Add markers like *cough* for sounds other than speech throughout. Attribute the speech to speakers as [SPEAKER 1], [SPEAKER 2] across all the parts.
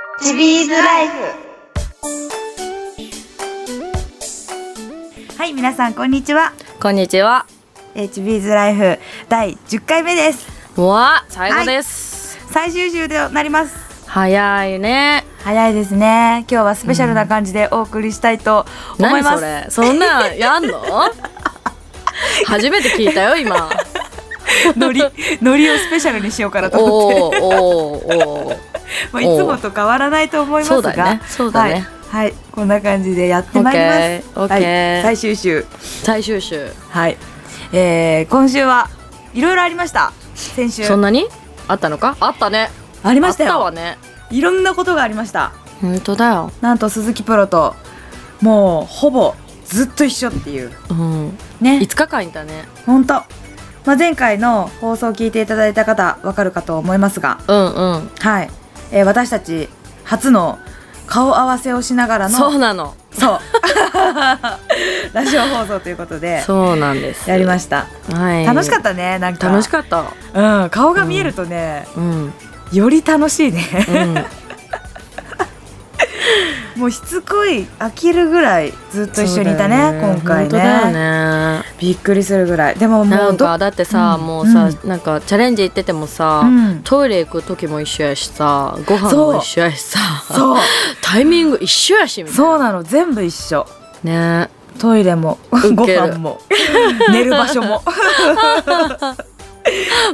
[SPEAKER 1] ズライフはい皆さんこんにちは
[SPEAKER 2] こんにちは。
[SPEAKER 1] h b ズライフ第10回目です
[SPEAKER 2] わあ、最後です。
[SPEAKER 1] 最終週でなります
[SPEAKER 2] 早いね。
[SPEAKER 1] 早いですね今日はスペシャルな感じでお送りしたいと思い
[SPEAKER 2] 何
[SPEAKER 1] ます、
[SPEAKER 2] それ。そんなんや *laughs* んの？初めて聞いたよ *laughs* 今。
[SPEAKER 1] ノリ *laughs* ノリをスペシャルにしようかなと思って
[SPEAKER 2] おーおーおー。
[SPEAKER 1] まあいつもと変わらないと思いますが
[SPEAKER 2] そうだねそうだね
[SPEAKER 1] はい、はいこんな感じでやってまいります
[SPEAKER 2] OK
[SPEAKER 1] はい
[SPEAKER 2] OK
[SPEAKER 1] 最終週
[SPEAKER 2] 最終週。
[SPEAKER 1] はい、えー、今週はいろいろありました先週
[SPEAKER 2] そんなに？あったのか？あったね。
[SPEAKER 1] ありましたよ
[SPEAKER 2] あったわね。
[SPEAKER 1] いろんなことがありました
[SPEAKER 2] 本当だよ。
[SPEAKER 1] なんと鈴木プロともうほぼずっと一緒っていう
[SPEAKER 2] うん。
[SPEAKER 1] ね
[SPEAKER 2] 5日間いたね。
[SPEAKER 1] ほんと、まあ、前回の放送を聞いていただいた方わかるかと思いますが
[SPEAKER 2] うんうん。
[SPEAKER 1] はい、えー私たち初の顔合わせをしながらの
[SPEAKER 2] そうなの。
[SPEAKER 1] そう *laughs* ラジオ放送ということで
[SPEAKER 2] そうなんです。
[SPEAKER 1] やりました
[SPEAKER 2] はい。。
[SPEAKER 1] 楽しかったたねなんか
[SPEAKER 2] 楽しかった。
[SPEAKER 1] うん、顔が見えるとね、
[SPEAKER 2] *laughs* うん。
[SPEAKER 1] より楽しいね
[SPEAKER 2] うん。
[SPEAKER 1] *laughs* もうしつこい飽きるぐらいずっと一緒にいたね今
[SPEAKER 2] 本
[SPEAKER 1] 回
[SPEAKER 2] 当だよ
[SPEAKER 1] ね
[SPEAKER 2] ね。
[SPEAKER 1] びっくりするぐらいでもも
[SPEAKER 2] な
[SPEAKER 1] うんど
[SPEAKER 2] かだってさ、
[SPEAKER 1] うん
[SPEAKER 2] もうさ、
[SPEAKER 1] う
[SPEAKER 2] なんかチャレンジ行っててもさ、
[SPEAKER 1] うん
[SPEAKER 2] トイレ行く時も一緒やしさご飯
[SPEAKER 1] そう
[SPEAKER 2] も一緒やしさ *laughs*
[SPEAKER 1] そう
[SPEAKER 2] タイミング一緒やしみたい
[SPEAKER 1] そうなの全部一緒
[SPEAKER 2] なね
[SPEAKER 1] トイレも
[SPEAKER 2] ウ
[SPEAKER 1] ご
[SPEAKER 2] ケる
[SPEAKER 1] 飯
[SPEAKER 2] *laughs*
[SPEAKER 1] も寝る場所も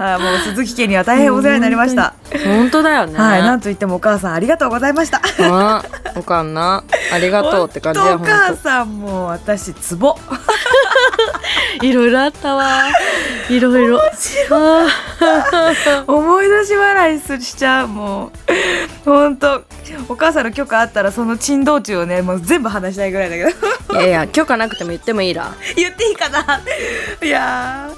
[SPEAKER 1] あもう鈴木家には大変お世話になりました、
[SPEAKER 2] 本当だよね、
[SPEAKER 1] はいなんといってもお母さんありがとうございました
[SPEAKER 2] うんおかんなありがとうって感じ
[SPEAKER 1] ほ
[SPEAKER 2] や
[SPEAKER 1] んと
[SPEAKER 2] ほ
[SPEAKER 1] お
[SPEAKER 2] ん
[SPEAKER 1] 母さんも私ツボ
[SPEAKER 2] といろいろあったわいろいろあー
[SPEAKER 1] 思い出し笑いすしちゃうもう本当お母さんの許可あったらその珍道中をねもう全部話したいぐらいだけど
[SPEAKER 2] いやいや許可なくても言ってもいいら
[SPEAKER 1] 言っていいかないや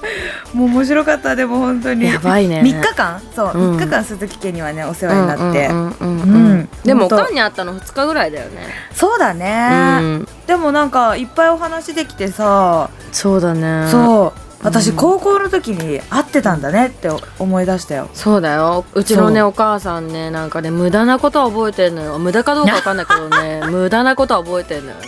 [SPEAKER 1] ーもう面白かったでも本当に
[SPEAKER 2] やばいね
[SPEAKER 1] 3日間そう、
[SPEAKER 2] うん
[SPEAKER 1] 3日間鈴木家にはねお世話になって、
[SPEAKER 2] うんうんうんうん
[SPEAKER 1] うん
[SPEAKER 2] でもお
[SPEAKER 1] ほんと
[SPEAKER 2] かんに会ったの2日ぐらいだよね、
[SPEAKER 1] そうだね、
[SPEAKER 2] うん
[SPEAKER 1] でもなんかいっぱいお話できてさ、
[SPEAKER 2] そうだね
[SPEAKER 1] そう私
[SPEAKER 2] うん
[SPEAKER 1] 高校の時に会ってたんだねって思い出したよ
[SPEAKER 2] そうだようちのね
[SPEAKER 1] そう
[SPEAKER 2] お母さんねなんかね無駄なことは覚えてるのよ無駄かどうかわかんないけど *laughs* ね無駄なことは覚えてるの *laughs* よね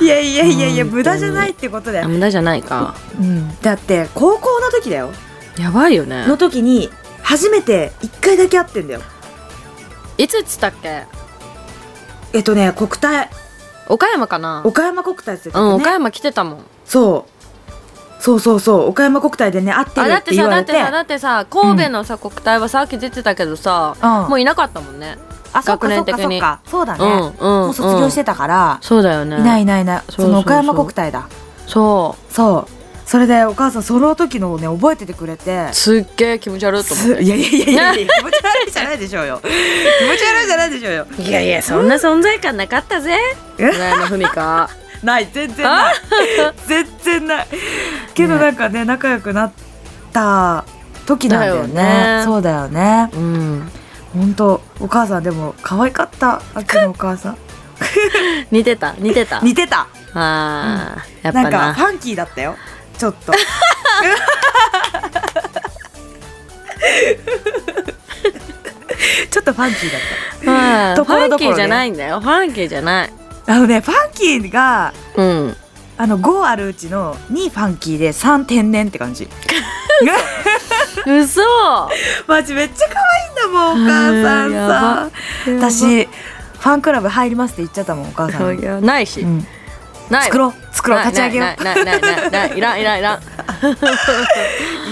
[SPEAKER 1] いやいやいやいや
[SPEAKER 2] うん
[SPEAKER 1] 無駄じゃないってことだ
[SPEAKER 2] あ
[SPEAKER 1] よ、
[SPEAKER 2] 無駄じゃないか
[SPEAKER 1] うん、だって高校の時だよ
[SPEAKER 2] やばいよね
[SPEAKER 1] の時に初めて1回だけ会ってんだよ
[SPEAKER 2] いつっつったっけ
[SPEAKER 1] えっとね国体
[SPEAKER 2] 岡山かな
[SPEAKER 1] 岡山国体って言って
[SPEAKER 2] う
[SPEAKER 1] たね、
[SPEAKER 2] ん岡山来てたもん
[SPEAKER 1] そうそうそうそう岡山国体でね会って
[SPEAKER 2] あ
[SPEAKER 1] る
[SPEAKER 2] だ
[SPEAKER 1] っ
[SPEAKER 2] ってて
[SPEAKER 1] 言
[SPEAKER 2] さ
[SPEAKER 1] わ
[SPEAKER 2] だ
[SPEAKER 1] れ
[SPEAKER 2] っててさだってさ神戸のさ国体はさっき出てたけどさ
[SPEAKER 1] うん
[SPEAKER 2] もういなかったもんね
[SPEAKER 1] あそっか
[SPEAKER 2] 学年的
[SPEAKER 1] そ
[SPEAKER 2] に
[SPEAKER 1] っかそっかそうだ
[SPEAKER 2] う
[SPEAKER 1] ね、
[SPEAKER 2] んうんも
[SPEAKER 1] もう卒業してたから、
[SPEAKER 2] そうだよね
[SPEAKER 1] いないいないいない
[SPEAKER 2] そうそうそう
[SPEAKER 1] その岡山国体だ
[SPEAKER 2] そう
[SPEAKER 1] そうそれでお母さんその時のをね覚えててくれて
[SPEAKER 2] すっげえ気持ち悪いと思っ
[SPEAKER 1] すいやいやいやいやいや気持ち悪いじゃないでしょうよ気持ち悪いじゃないでしょうよ
[SPEAKER 2] ていやいやそんな存在感なかったぜ
[SPEAKER 1] え
[SPEAKER 2] 村山文香
[SPEAKER 1] ない全然ない全然ないけどなんかね仲良くなった時なんだよね
[SPEAKER 2] だよね
[SPEAKER 1] そうだよね
[SPEAKER 2] うん
[SPEAKER 1] 本当お母さんでも可愛かったあきのお母さん
[SPEAKER 2] 似てた似てた
[SPEAKER 1] 似てた
[SPEAKER 2] ああ、やっ
[SPEAKER 1] な
[SPEAKER 2] ぱ
[SPEAKER 1] んか
[SPEAKER 2] な
[SPEAKER 1] ファンキーだったよちょっとちょっとファンキーだっ
[SPEAKER 2] はい
[SPEAKER 1] ところどころね
[SPEAKER 2] ファンキーじゃないんだよファンキーじゃない
[SPEAKER 1] たあのねファンキーが
[SPEAKER 2] うん
[SPEAKER 1] あの5あるうちの2ファンキーで3天然って感
[SPEAKER 2] *laughs*
[SPEAKER 1] じ
[SPEAKER 2] 嘘
[SPEAKER 1] マジめっちゃ可愛いんだもんお母さん
[SPEAKER 2] うんやば
[SPEAKER 1] さ私ファンクラブ入りますって言っちゃったもんお母さんに、
[SPEAKER 2] ないし、
[SPEAKER 1] うん、
[SPEAKER 2] ない
[SPEAKER 1] 作ろう作ろう
[SPEAKER 2] ない
[SPEAKER 1] 立ち上げよう
[SPEAKER 2] ないないないないないいらんいらんいらん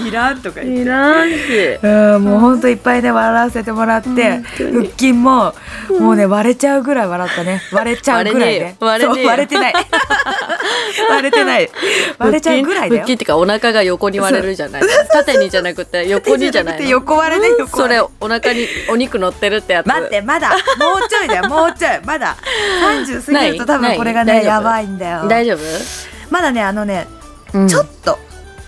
[SPEAKER 1] いらんとか
[SPEAKER 2] いらんし
[SPEAKER 1] うん、もうほんといっぱいね笑わせてもらって腹筋ももうね割れちゃうぐらい笑ったね割れちゃうぐらいね
[SPEAKER 2] 割れねえ
[SPEAKER 1] そ
[SPEAKER 2] よ
[SPEAKER 1] う割れてない割
[SPEAKER 2] *laughs*
[SPEAKER 1] れてない割れちゃうぐらいだ
[SPEAKER 2] 腹筋
[SPEAKER 1] よ
[SPEAKER 2] ってかお腹が横に割れるじゃない縦にじゃなくて横に
[SPEAKER 1] *laughs*
[SPEAKER 2] じゃな
[SPEAKER 1] 縦
[SPEAKER 2] い
[SPEAKER 1] じゃなくて横割れね
[SPEAKER 2] うん
[SPEAKER 1] 横
[SPEAKER 2] そ
[SPEAKER 1] 割れ
[SPEAKER 2] れお腹にお肉乗ってるってやつ
[SPEAKER 1] 待ってまだもうちょいだよもうちょいまだ30過ぎると多
[SPEAKER 2] な
[SPEAKER 1] 分
[SPEAKER 2] い
[SPEAKER 1] これが
[SPEAKER 2] ない
[SPEAKER 1] ね
[SPEAKER 2] 大丈夫
[SPEAKER 1] やばいんだよ
[SPEAKER 2] 大丈
[SPEAKER 1] まだねあのね
[SPEAKER 2] 夫
[SPEAKER 1] ちょっと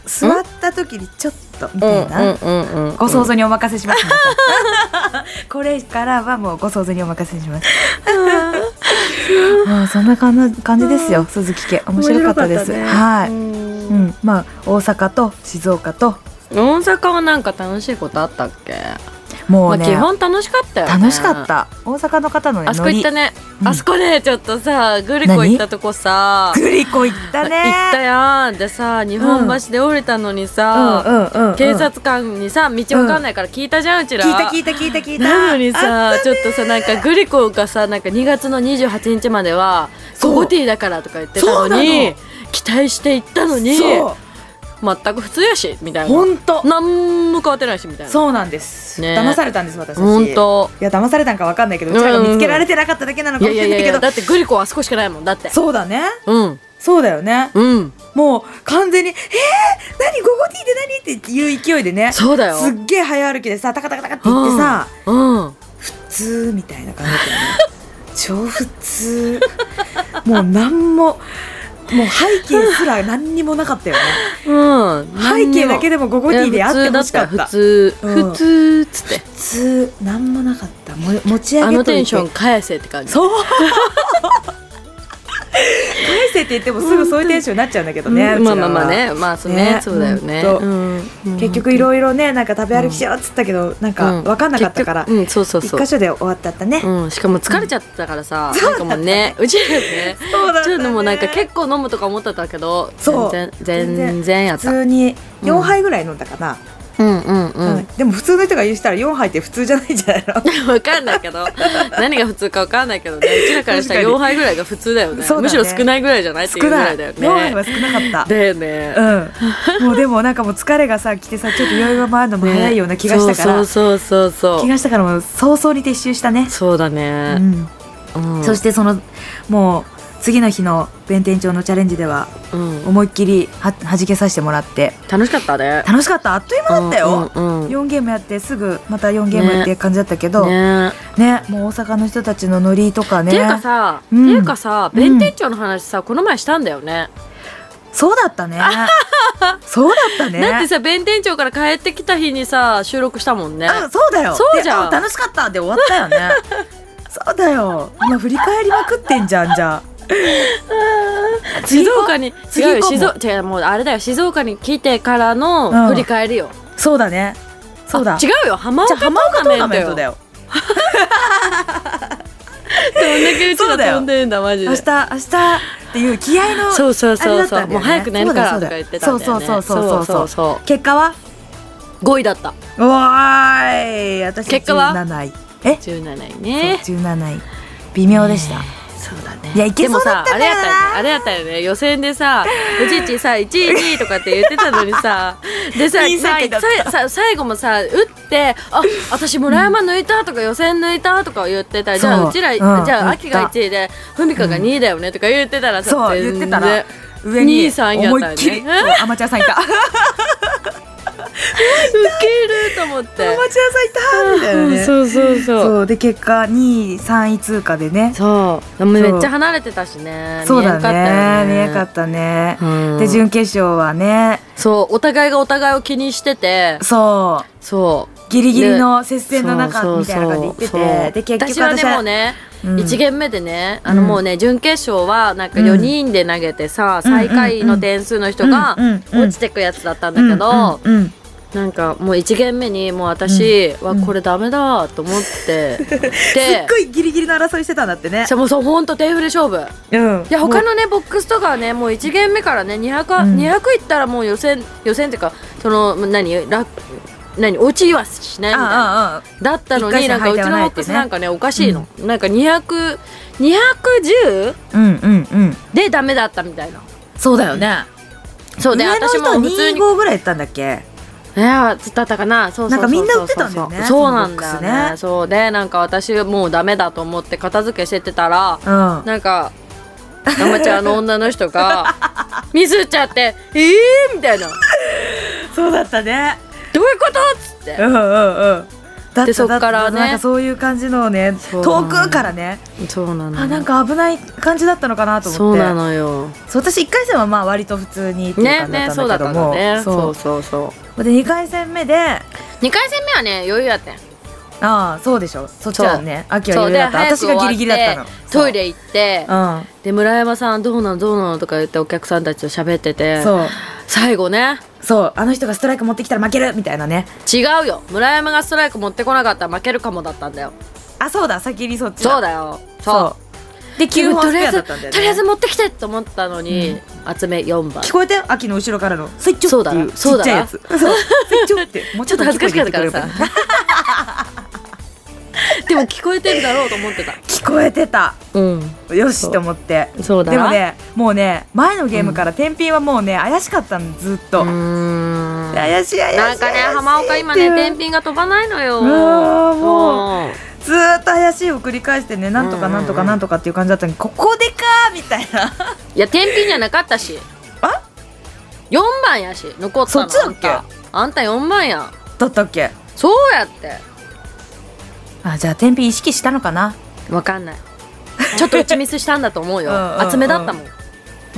[SPEAKER 1] 座った時にちょっとみ
[SPEAKER 2] う
[SPEAKER 1] た
[SPEAKER 2] ん
[SPEAKER 1] いうな、
[SPEAKER 2] んうんうん
[SPEAKER 1] ご想像にお任せし
[SPEAKER 2] *laughs*
[SPEAKER 1] ます、皆さんこれからはもうご想像にお任せし *laughs* ますああそんなかな感じですよ鈴木家面白かったです
[SPEAKER 2] 面白か
[SPEAKER 1] は
[SPEAKER 2] った
[SPEAKER 1] い、
[SPEAKER 2] ね
[SPEAKER 1] う
[SPEAKER 2] うん
[SPEAKER 1] んまあ大阪と静岡と
[SPEAKER 2] 大阪はなんか楽しいことあったっけ
[SPEAKER 1] も
[SPEAKER 2] ま
[SPEAKER 1] う
[SPEAKER 2] あ、
[SPEAKER 1] ね、
[SPEAKER 2] 基本楽しかったよ、ね、
[SPEAKER 1] 楽しかった大阪の方のね
[SPEAKER 2] あそこ
[SPEAKER 1] ノ
[SPEAKER 2] 行っ
[SPEAKER 1] リ
[SPEAKER 2] たね、
[SPEAKER 1] うん
[SPEAKER 2] あそこねちょっとさグリコ行ったとこさ
[SPEAKER 1] グリコ行ったね
[SPEAKER 2] 行ったやんでさ日本橋で降りたのにさ、
[SPEAKER 1] うんうんうんうん
[SPEAKER 2] 警察官にさ道わかんないから聞いたじゃんうちら、
[SPEAKER 1] 聞いた聞いた聞いた聞いた
[SPEAKER 2] なのにさ、ちょっとさなんかグリコがさなんか2月の28日までは
[SPEAKER 1] そう
[SPEAKER 2] ゴゴティーだからとか言ってたのに期待して行ったのに
[SPEAKER 1] そ
[SPEAKER 2] 全く普通やしみた
[SPEAKER 1] う
[SPEAKER 2] いな
[SPEAKER 1] 本当
[SPEAKER 2] 何も変わってないしみたいな
[SPEAKER 1] そうなんです、
[SPEAKER 2] ね
[SPEAKER 1] 騙されたんです私
[SPEAKER 2] 本当
[SPEAKER 1] いや騙されたんかわかんないけどうちらが見つけられてなかっただけなの
[SPEAKER 2] い
[SPEAKER 1] か
[SPEAKER 2] や
[SPEAKER 1] も
[SPEAKER 2] い
[SPEAKER 1] しれ
[SPEAKER 2] やい
[SPEAKER 1] な
[SPEAKER 2] や
[SPEAKER 1] い
[SPEAKER 2] い
[SPEAKER 1] け
[SPEAKER 2] や
[SPEAKER 1] ど
[SPEAKER 2] だってグリコあそこしかないもんだって
[SPEAKER 1] そうだね
[SPEAKER 2] うん
[SPEAKER 1] そうだよね
[SPEAKER 2] うん
[SPEAKER 1] もう完全に「えー、何ゴゴティーで何?」っていう勢いでね
[SPEAKER 2] そうだよ
[SPEAKER 1] すっげえ早歩きでさタカタカタカって言ってさ、
[SPEAKER 2] うん
[SPEAKER 1] 普通みたいな感じだったよね超普通もう何ももう背景すら何にもなかったよ
[SPEAKER 2] *laughs*
[SPEAKER 1] ね
[SPEAKER 2] うん
[SPEAKER 1] 背景だけでもゴゴティーであってほしかった
[SPEAKER 2] 普通
[SPEAKER 1] だった
[SPEAKER 2] 普通普通っつって
[SPEAKER 1] 普通何もなかったも持ち上げといて
[SPEAKER 2] あのテンション返せって感じ
[SPEAKER 1] そう返せって言ってもすぐそういうテンションになっちゃうんだけどね、
[SPEAKER 2] うんまあ
[SPEAKER 1] うちら
[SPEAKER 2] まあ
[SPEAKER 1] は
[SPEAKER 2] まあねまあそう
[SPEAKER 1] ね
[SPEAKER 2] ねそうだよね
[SPEAKER 1] ほんと
[SPEAKER 2] うん
[SPEAKER 1] 結局いろいろねなんか食べ歩きしようっつったけど、なんか分かんなかったから、
[SPEAKER 2] うん結局うんそうそう
[SPEAKER 1] 一
[SPEAKER 2] そう
[SPEAKER 1] 箇所で終わったったね、
[SPEAKER 2] うんしかも疲れちゃったからさなんかもうねうちらね
[SPEAKER 1] そうだった
[SPEAKER 2] ち
[SPEAKER 1] ね
[SPEAKER 2] ょっともうなんか結構飲むとか思ってたけど
[SPEAKER 1] そう
[SPEAKER 2] 全然全然やっ
[SPEAKER 1] 普
[SPEAKER 2] た
[SPEAKER 1] 通に4杯ぐらい飲んだかな、
[SPEAKER 2] うんうんう
[SPEAKER 1] うんんでも普通の人が言うしたら4杯って普通じゃないんじゃない
[SPEAKER 2] *laughs*
[SPEAKER 1] の
[SPEAKER 2] わかんないけど何が普通かわかんないけどねうちらからしたら
[SPEAKER 1] 確かに
[SPEAKER 2] 4杯ぐらいが普通だよね
[SPEAKER 1] そうだね
[SPEAKER 2] むしろ少ないぐらいじゃないっていう
[SPEAKER 1] 少
[SPEAKER 2] ぐ
[SPEAKER 1] な
[SPEAKER 2] ら
[SPEAKER 1] い
[SPEAKER 2] いだよ
[SPEAKER 1] 4杯は
[SPEAKER 2] ね
[SPEAKER 1] 少なかった
[SPEAKER 2] だよね
[SPEAKER 1] うん、もうでもなんかもう疲れがさ来てさちょっと余裕が回るのも
[SPEAKER 2] ね
[SPEAKER 1] 早いような気がしたから、
[SPEAKER 2] そうそうそうそ
[SPEAKER 1] 気
[SPEAKER 2] う
[SPEAKER 1] がしたからもう早々に撤収したね、
[SPEAKER 2] そうだ
[SPEAKER 1] う
[SPEAKER 2] ね、
[SPEAKER 1] ん、
[SPEAKER 2] うん、
[SPEAKER 1] そしてそのもう次の日の弁天町のチャレンジでは
[SPEAKER 2] うん、
[SPEAKER 1] 思いっきりははじけさせてもらって
[SPEAKER 2] 楽しかったね
[SPEAKER 1] 楽しかったあっという間だったよ、
[SPEAKER 2] うんうんうん
[SPEAKER 1] 4ゲームやってすぐまた4ゲームやって感じだったけどね
[SPEAKER 2] ね
[SPEAKER 1] もう大阪の人たちのノリとかね
[SPEAKER 2] ていうかさ、
[SPEAKER 1] うん
[SPEAKER 2] ていうかさ弁天町の話さこの前したんだよね、
[SPEAKER 1] そうだったね
[SPEAKER 2] *laughs*
[SPEAKER 1] そうだったね
[SPEAKER 2] だってさ弁天町から帰ってきた日にさ収録したもんね
[SPEAKER 1] あそうだよ
[SPEAKER 2] そうじゃん
[SPEAKER 1] であ楽しかったで終わったよね
[SPEAKER 2] *laughs*
[SPEAKER 1] そうだよ今振り返りまくってんじゃんじゃあ
[SPEAKER 2] 静岡に
[SPEAKER 1] 次
[SPEAKER 2] 違うよ
[SPEAKER 1] 行こう
[SPEAKER 2] 静岡違うもうあれだよ静岡に来てから
[SPEAKER 1] うん
[SPEAKER 2] の振り返りよ、
[SPEAKER 1] そうだねそうだ
[SPEAKER 2] あ違うよ浜
[SPEAKER 1] じゃ
[SPEAKER 2] 岡
[SPEAKER 1] あ
[SPEAKER 2] トー
[SPEAKER 1] 浜岡トーナ
[SPEAKER 2] ナメ
[SPEAKER 1] メン
[SPEAKER 2] ント
[SPEAKER 1] トだ
[SPEAKER 2] よ
[SPEAKER 1] よ
[SPEAKER 2] どんだけうち
[SPEAKER 1] そう
[SPEAKER 2] ら
[SPEAKER 1] だよ
[SPEAKER 2] 飛んでんだマジ
[SPEAKER 1] 明日明
[SPEAKER 2] で
[SPEAKER 1] 日っていう気合の
[SPEAKER 2] そうそう
[SPEAKER 1] あれ
[SPEAKER 2] そ
[SPEAKER 1] だ
[SPEAKER 2] う
[SPEAKER 1] ったんだよ
[SPEAKER 2] そう
[SPEAKER 1] ね
[SPEAKER 2] もう早く寝るからとか言ってたんだよね
[SPEAKER 1] そうだそうだそうそうそうそう
[SPEAKER 2] そう
[SPEAKER 1] 結果は
[SPEAKER 2] 5位だった
[SPEAKER 1] おーい私
[SPEAKER 2] 結果は
[SPEAKER 1] 17位え
[SPEAKER 2] 17位
[SPEAKER 1] そう
[SPEAKER 2] ね
[SPEAKER 1] 17位微妙でした、
[SPEAKER 2] ねそうだね
[SPEAKER 1] いやいけそうだったんだよな
[SPEAKER 2] でもさあれやったよねあれやったよね予選でさおじいちさ1位2位とかって言ってたのに
[SPEAKER 1] *laughs*
[SPEAKER 2] さでさ
[SPEAKER 1] いい世界だった
[SPEAKER 2] ささ最後もさ打ってあ私村山抜いたとか予選抜いたとか言ってたらじゃ
[SPEAKER 1] そう
[SPEAKER 2] あうちら、
[SPEAKER 1] うん
[SPEAKER 2] じゃあ
[SPEAKER 1] 言った
[SPEAKER 2] 秋が1位でふみかが2位だよねとか言ってたらさ
[SPEAKER 1] そう
[SPEAKER 2] 全
[SPEAKER 1] 言っ
[SPEAKER 2] 然
[SPEAKER 1] てたら上に
[SPEAKER 2] 2位3位やっ
[SPEAKER 1] 思
[SPEAKER 2] たよ
[SPEAKER 1] い
[SPEAKER 2] ね
[SPEAKER 1] っきり
[SPEAKER 2] *laughs*
[SPEAKER 1] そうアマチュアさんいたアマチュ
[SPEAKER 2] ウケると思って
[SPEAKER 1] アさんいたみたいなね、
[SPEAKER 2] うん
[SPEAKER 1] そう
[SPEAKER 2] そうそうそう
[SPEAKER 1] で結果2位3位通過でね
[SPEAKER 2] そうでもめっちゃ離れてたしね
[SPEAKER 1] そうだね見
[SPEAKER 2] 見
[SPEAKER 1] え
[SPEAKER 2] え
[SPEAKER 1] なか
[SPEAKER 2] なか
[SPEAKER 1] っ
[SPEAKER 2] った
[SPEAKER 1] ね
[SPEAKER 2] た、よねうん
[SPEAKER 1] で準決勝はね
[SPEAKER 2] そうお互いがお互いを気にしてて
[SPEAKER 1] そ
[SPEAKER 2] そう
[SPEAKER 1] うギリギリの接戦の中みたいな感じで行って
[SPEAKER 2] そうそうそう
[SPEAKER 1] てで結局
[SPEAKER 2] 私はねもうね、
[SPEAKER 1] うん
[SPEAKER 2] 1ゲーム目でねあの
[SPEAKER 1] うん
[SPEAKER 2] もうね準決勝はなんか
[SPEAKER 1] うん
[SPEAKER 2] 4人で投げてさ、
[SPEAKER 1] うんうんうん
[SPEAKER 2] 最下位の点数の人が
[SPEAKER 1] うんうんうん
[SPEAKER 2] 落ちてくやつだったんだけど、
[SPEAKER 1] うんうんうん
[SPEAKER 2] なんかもう1ゲーム目にもう私は
[SPEAKER 1] うん
[SPEAKER 2] これダメだと思って、
[SPEAKER 1] *laughs* すっ
[SPEAKER 2] で
[SPEAKER 1] ごいギリギリの争いしてたんだってね
[SPEAKER 2] じゃもう *laughs* そうほんと手振れ勝負
[SPEAKER 1] うん
[SPEAKER 2] いや他
[SPEAKER 1] の
[SPEAKER 2] のねボックスとかはねもう1ゲーム目からね200,、
[SPEAKER 1] うん
[SPEAKER 2] 200いったらもう予選予選っていうかその何ラ何落ちはしないみたいな
[SPEAKER 1] あああ
[SPEAKER 2] だったの
[SPEAKER 1] 一回
[SPEAKER 2] に
[SPEAKER 1] 戦
[SPEAKER 2] なんかうち
[SPEAKER 1] 敗退は
[SPEAKER 2] の
[SPEAKER 1] ない
[SPEAKER 2] ボ
[SPEAKER 1] っ
[SPEAKER 2] ッ
[SPEAKER 1] てね
[SPEAKER 2] クスなんかねおかしいの、なんか200210
[SPEAKER 1] あうんうんうん
[SPEAKER 2] でダメだったみたいな
[SPEAKER 1] そうだよね
[SPEAKER 2] そうで
[SPEAKER 1] 上の
[SPEAKER 2] 私
[SPEAKER 1] 人
[SPEAKER 2] も普通
[SPEAKER 1] 2
[SPEAKER 2] に
[SPEAKER 1] 号ぐらいだったんだっけ
[SPEAKER 2] いやつったったかなそうそうそうそ
[SPEAKER 1] な
[SPEAKER 2] う
[SPEAKER 1] んかみんな売ってたんだよね
[SPEAKER 2] そうなんだ
[SPEAKER 1] そ
[SPEAKER 2] よ
[SPEAKER 1] のボックス
[SPEAKER 2] ね
[SPEAKER 1] ね
[SPEAKER 2] そうでなんか私もうダメだと思って片付けしててたら
[SPEAKER 1] うん
[SPEAKER 2] なんか生ちゃんの女の
[SPEAKER 1] *laughs*
[SPEAKER 2] 人がミスっちゃって「えー!」みたいな「
[SPEAKER 1] そうだったね
[SPEAKER 2] どういうこと?」っつって
[SPEAKER 1] うんうんうんだって
[SPEAKER 2] でそっからね
[SPEAKER 1] なんかそういう感じのをね
[SPEAKER 2] そう
[SPEAKER 1] 遠くからね
[SPEAKER 2] そうなの
[SPEAKER 1] あなんか危ない感じだったのかなと思って
[SPEAKER 2] そうなのよ
[SPEAKER 1] そう私1回戦はまあ割と普通にっていう
[SPEAKER 2] ね
[SPEAKER 1] 感じだ
[SPEAKER 2] ね
[SPEAKER 1] った
[SPEAKER 2] そうんだ
[SPEAKER 1] だ
[SPEAKER 2] っ
[SPEAKER 1] けど
[SPEAKER 2] たんだ
[SPEAKER 1] も、
[SPEAKER 2] ね
[SPEAKER 1] そ
[SPEAKER 2] そううそうそう
[SPEAKER 1] で2回戦目であ
[SPEAKER 2] 2回戦目はね余裕やってん
[SPEAKER 1] あそうでしょそっちはね秋は
[SPEAKER 2] そう
[SPEAKER 1] 余裕
[SPEAKER 2] で
[SPEAKER 1] だった
[SPEAKER 2] 早く
[SPEAKER 1] 私
[SPEAKER 2] 終わ
[SPEAKER 1] が
[SPEAKER 2] って
[SPEAKER 1] ギリギリだったの
[SPEAKER 2] トイレ行って
[SPEAKER 1] そううん
[SPEAKER 2] で村山さんどうなのどうなのとか言ってお客さんたちと喋ってて
[SPEAKER 1] そう
[SPEAKER 2] 最後ね
[SPEAKER 1] そうあの人がストライク持ってきたら負けるみたいなね
[SPEAKER 2] 違うよ村山がストライク持ってこなかったら負けるかもだったんだよ
[SPEAKER 1] あそうだ先にそっち
[SPEAKER 2] そうだよそう
[SPEAKER 1] で
[SPEAKER 2] う
[SPEAKER 1] 9本
[SPEAKER 2] と
[SPEAKER 1] ス
[SPEAKER 2] り
[SPEAKER 1] ペ
[SPEAKER 2] あえ
[SPEAKER 1] アだ
[SPEAKER 2] ず
[SPEAKER 1] ったんだよ、ね、
[SPEAKER 2] とりあえず持ってきてと思ったのに、集め4
[SPEAKER 1] *laughs*
[SPEAKER 2] 番
[SPEAKER 1] 聞こえたよ秋の後ろからの「せっちょ」っていうち
[SPEAKER 2] *laughs* そう
[SPEAKER 1] っ
[SPEAKER 2] だ
[SPEAKER 1] ちゃいや
[SPEAKER 2] な
[SPEAKER 1] つそう「せっちょ」ってもう
[SPEAKER 2] *laughs* ちょっと恥ずかしかったからさ
[SPEAKER 1] 聞こ *laughs*
[SPEAKER 2] でも聞こえてるだろうと思ってた
[SPEAKER 1] えて聞こえてた
[SPEAKER 2] うん
[SPEAKER 1] よ
[SPEAKER 2] そ
[SPEAKER 1] し
[SPEAKER 2] う
[SPEAKER 1] と思って
[SPEAKER 2] そうだ
[SPEAKER 1] でもねもうね前のゲームから天秤はもうね怪しかったのずっと、
[SPEAKER 2] うーん
[SPEAKER 1] 怪しい怪しい
[SPEAKER 2] なんかね
[SPEAKER 1] 怪しい
[SPEAKER 2] 浜岡今
[SPEAKER 1] っ
[SPEAKER 2] ね
[SPEAKER 1] ていう
[SPEAKER 2] 天秤が飛ばないのよ
[SPEAKER 1] うわーも
[SPEAKER 2] うん
[SPEAKER 1] ずーっと怪しいを繰り返してねなんとかなんとかなんとかっていう感じだったのにここでかーみたいない
[SPEAKER 2] *laughs* や天秤じゃなかったし
[SPEAKER 1] あ
[SPEAKER 2] 4番やし残った
[SPEAKER 1] そ
[SPEAKER 2] の
[SPEAKER 1] っちだっけ
[SPEAKER 2] あんたあんた4番やん
[SPEAKER 1] だったっけ
[SPEAKER 2] そうやって
[SPEAKER 1] あじゃあ天秤意識したのかな
[SPEAKER 2] わかんないちょっと打ちミスしたんだと思うよ
[SPEAKER 1] うんうんうん
[SPEAKER 2] 厚めだったもん飛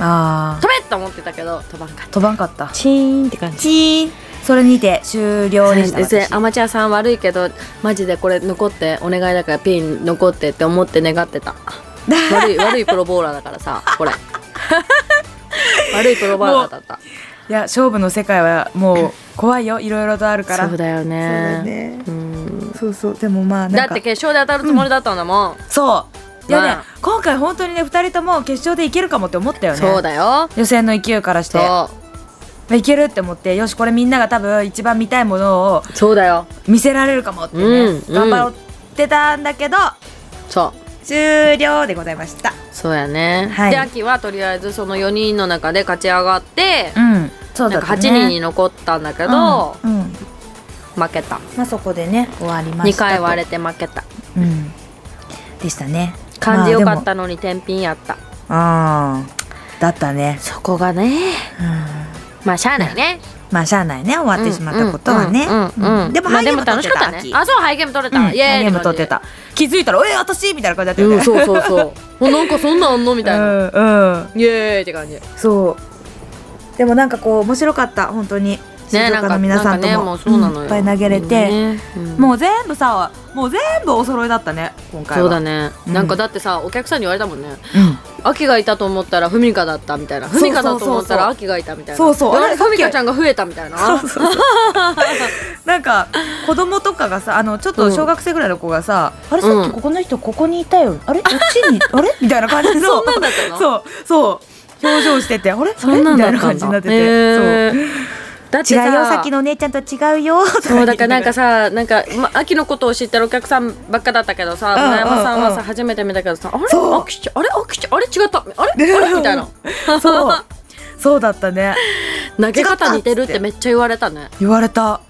[SPEAKER 1] あー
[SPEAKER 2] べと思ってたけど飛ばんかった
[SPEAKER 1] 飛ばんかった
[SPEAKER 2] チーンって感じ
[SPEAKER 1] チーンそれにて終了でした
[SPEAKER 2] 先生
[SPEAKER 1] 私
[SPEAKER 2] アマチュアさん悪いけどマジでこれ残ってお願いだからピン残ってって思って願ってた悪い悪いプロボーラーだからさ *laughs* これ悪いプロボーラーだった
[SPEAKER 1] いや勝負の世界はもう怖いよいろいろとあるから
[SPEAKER 2] そうだよね
[SPEAKER 1] そうだね
[SPEAKER 2] うん
[SPEAKER 1] そうそうでもまあな
[SPEAKER 2] だ
[SPEAKER 1] ん
[SPEAKER 2] っ
[SPEAKER 1] か
[SPEAKER 2] て決勝で当たるつもりだったんだもん、
[SPEAKER 1] そういやね、
[SPEAKER 2] まあ
[SPEAKER 1] 今回本当にね2人とも決勝でいけるかもって思ったよね
[SPEAKER 2] そうだよ
[SPEAKER 1] 予選の勢いからして
[SPEAKER 2] そ
[SPEAKER 1] いけるって思ってよしこれみんなが多分一番見たいものを
[SPEAKER 2] うそうだよ
[SPEAKER 1] 見せられるかもってね、
[SPEAKER 2] うん
[SPEAKER 1] 頑張ってたんだけど
[SPEAKER 2] そう
[SPEAKER 1] 終了でございました
[SPEAKER 2] そうやね、
[SPEAKER 1] はい
[SPEAKER 2] で秋はとりあえずその4人の中で勝ち上がって、
[SPEAKER 1] うんそう
[SPEAKER 2] な
[SPEAKER 1] だ
[SPEAKER 2] ん
[SPEAKER 1] った
[SPEAKER 2] か
[SPEAKER 1] ね
[SPEAKER 2] 8人に残ったんだけど、
[SPEAKER 1] うんうん
[SPEAKER 2] 負けた
[SPEAKER 1] まあそこでね終わりま
[SPEAKER 2] 2
[SPEAKER 1] したと
[SPEAKER 2] 回割れて負けた
[SPEAKER 1] うんでしたね
[SPEAKER 2] 感じよかっ
[SPEAKER 1] ま
[SPEAKER 2] たのに天秤やった
[SPEAKER 1] あでもあーだったね
[SPEAKER 2] そこがね
[SPEAKER 1] うん
[SPEAKER 2] まあしゃあないね
[SPEAKER 1] まあしゃあないね終わってしまったことはね
[SPEAKER 2] うんうんうんうん
[SPEAKER 1] でも
[SPEAKER 2] ま
[SPEAKER 1] ハ
[SPEAKER 2] あ
[SPEAKER 1] イ
[SPEAKER 2] で
[SPEAKER 1] ゲー
[SPEAKER 2] も
[SPEAKER 1] ム取って
[SPEAKER 2] 楽しかったたねあそうハイゲーム取れ
[SPEAKER 1] うん
[SPEAKER 2] た、イエーイ
[SPEAKER 1] ハイゲーム取ってた気づいたら「え私!」みたいな感じだったよ
[SPEAKER 2] う
[SPEAKER 1] ね
[SPEAKER 2] ん
[SPEAKER 1] *laughs*
[SPEAKER 2] そうそうそうおなんかそんなんあんのみたいな、
[SPEAKER 1] うんうん
[SPEAKER 2] イエーイって感じね
[SPEAKER 1] そうでもなんかこう面白かった本当に静
[SPEAKER 2] なん
[SPEAKER 1] 岡
[SPEAKER 2] か
[SPEAKER 1] の皆さんと
[SPEAKER 2] なんかね
[SPEAKER 1] も
[SPEAKER 2] もうそうなのよ、
[SPEAKER 1] いっぱい投げれて、
[SPEAKER 2] ねうん
[SPEAKER 1] もう全部さもう全部お揃いだったね今回は
[SPEAKER 2] そうだね、
[SPEAKER 1] うん
[SPEAKER 2] なんかだってさお客さんに言われたもんね
[SPEAKER 1] うん
[SPEAKER 2] 秋がいたと思ったらふみかだったみたいな
[SPEAKER 1] そう
[SPEAKER 2] ふ
[SPEAKER 1] そう
[SPEAKER 2] みかだと思ったら秋がいたみたいな
[SPEAKER 1] そうそう
[SPEAKER 2] であれ
[SPEAKER 1] さっき
[SPEAKER 2] ふみかちゃんが増えたみたいな
[SPEAKER 1] そうそうそうなんか子供とかがさあのちょっと小学生ぐらいの子がさ、あれ
[SPEAKER 2] うん
[SPEAKER 1] さっきここの人ここにいたよ、あれこっちにあれみたいな感じで
[SPEAKER 2] そ
[SPEAKER 1] そ
[SPEAKER 2] んなんだったの
[SPEAKER 1] うそうそう表情しててあれあ
[SPEAKER 2] そ
[SPEAKER 1] れ
[SPEAKER 2] ん
[SPEAKER 1] み
[SPEAKER 2] なん
[SPEAKER 1] たい
[SPEAKER 2] だっ
[SPEAKER 1] な
[SPEAKER 2] た
[SPEAKER 1] 感
[SPEAKER 2] ん
[SPEAKER 1] じ
[SPEAKER 2] だ
[SPEAKER 1] になってて、
[SPEAKER 2] へーだって
[SPEAKER 1] そう
[SPEAKER 2] さ
[SPEAKER 1] 違うよさっきのお姉ちゃんと違うよと
[SPEAKER 2] そ
[SPEAKER 1] *laughs*
[SPEAKER 2] うだからなんか
[SPEAKER 1] さ
[SPEAKER 2] さなんか、ま、秋のことを知ってるお客さんばっかだったけどさ
[SPEAKER 1] うんうんうん
[SPEAKER 2] 村山さんはさ初めて見たけどさあれ
[SPEAKER 1] そう
[SPEAKER 2] 秋ちゃんあれ秋ちゃんあれ違ったあれあ
[SPEAKER 1] ね
[SPEAKER 2] れみたいな
[SPEAKER 1] そうそうだったね
[SPEAKER 2] 投げ方似てるっ
[SPEAKER 1] 違ったっつって
[SPEAKER 2] てめっちゃ言われたね
[SPEAKER 1] 言われた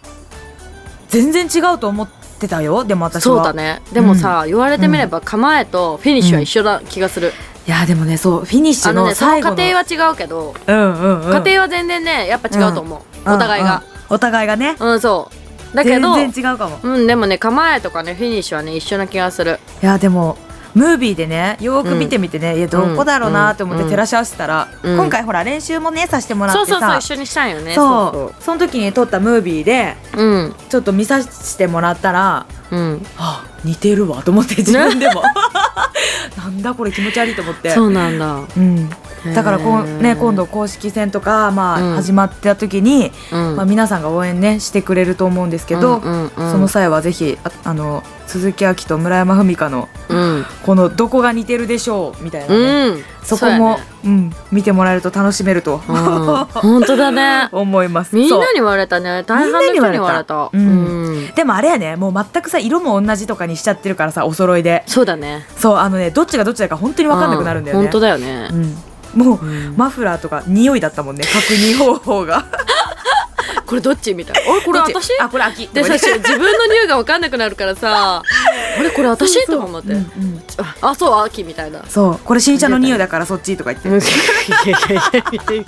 [SPEAKER 1] 全然違うと思ってたよでも私は
[SPEAKER 2] そうだねでもさ、言われてみれば構えとフィニッシュは一緒な気がする、
[SPEAKER 1] いやでもねそうフィニッシュ
[SPEAKER 2] あの
[SPEAKER 1] の
[SPEAKER 2] ねその
[SPEAKER 1] 最後
[SPEAKER 2] 過
[SPEAKER 1] の
[SPEAKER 2] 程は違うけど
[SPEAKER 1] うんうん、うん、
[SPEAKER 2] 家庭は全然ねやっぱ違うと思う、
[SPEAKER 1] うん
[SPEAKER 2] お互いが
[SPEAKER 1] うんお互いがね
[SPEAKER 2] うん、そうだけど
[SPEAKER 1] 全然違うかも
[SPEAKER 2] うんでもね構えとかねフィニッシュはね一緒な気がする
[SPEAKER 1] いやでもムービーでねよーく見てみてね、いやどこだろうなと思っ
[SPEAKER 2] う
[SPEAKER 1] て
[SPEAKER 2] ん
[SPEAKER 1] 照らし合わせたら、
[SPEAKER 2] うん
[SPEAKER 1] 今回ほら練習もねさせてもらっ
[SPEAKER 2] そう
[SPEAKER 1] てさ
[SPEAKER 2] そうそう一緒にしたんよね
[SPEAKER 1] そうその時に撮ったムービーで
[SPEAKER 2] そうそううん
[SPEAKER 1] ちょっと見させてもらったら
[SPEAKER 2] うん
[SPEAKER 1] あ似てるわと思って自分
[SPEAKER 2] *laughs*
[SPEAKER 1] でもなんだこれ気持ち悪いと思って
[SPEAKER 2] そうなんだ
[SPEAKER 1] うん、だからこう、
[SPEAKER 2] へ
[SPEAKER 1] ね、
[SPEAKER 2] ー
[SPEAKER 1] 今度公式戦とか、ま
[SPEAKER 2] う
[SPEAKER 1] あ、
[SPEAKER 2] ん
[SPEAKER 1] 始まった時に、
[SPEAKER 2] うん
[SPEAKER 1] まあ、皆さんが応援ねしてくれると思うんですけど、
[SPEAKER 2] うんうんうん
[SPEAKER 1] その際はぜひああの鈴木亜希と村山文香の
[SPEAKER 2] うん
[SPEAKER 1] このどこが似てるでしょうみたいな、ね
[SPEAKER 2] うん
[SPEAKER 1] そこ
[SPEAKER 2] うや
[SPEAKER 1] も
[SPEAKER 2] ね
[SPEAKER 1] うん、見てもらえると楽しめると、
[SPEAKER 2] *laughs* うん本当だね
[SPEAKER 1] *laughs* 思います。
[SPEAKER 2] みん
[SPEAKER 1] そう
[SPEAKER 2] なに言われたね大半の人に
[SPEAKER 1] みんなに
[SPEAKER 2] 言
[SPEAKER 1] 言
[SPEAKER 2] わ
[SPEAKER 1] わ
[SPEAKER 2] れ
[SPEAKER 1] れ
[SPEAKER 2] た
[SPEAKER 1] た
[SPEAKER 2] うん
[SPEAKER 1] でもあれやねもう全くさ色も同じとかにしちゃってるからさお揃いで
[SPEAKER 2] そうだね
[SPEAKER 1] そうあのねどっちがどっちだか本当に分かんなくなるんだよ
[SPEAKER 2] う
[SPEAKER 1] ね。
[SPEAKER 2] 本当だよね
[SPEAKER 1] うん、もうマフラーとか匂いだったもんね確認方法が
[SPEAKER 2] これどっちみたいなあれこれ
[SPEAKER 1] どっち
[SPEAKER 2] 私
[SPEAKER 1] あこれ秋
[SPEAKER 2] で
[SPEAKER 1] ごめん
[SPEAKER 2] さ
[SPEAKER 1] ね
[SPEAKER 2] 自分の匂いが分かんなくなるからさあれこれ私とか思って
[SPEAKER 1] うんうん
[SPEAKER 2] ああそう秋みたいな
[SPEAKER 1] そうこれ新車の匂いだからそっちとか言って
[SPEAKER 2] いやい
[SPEAKER 1] 新
[SPEAKER 2] やいや *laughs* い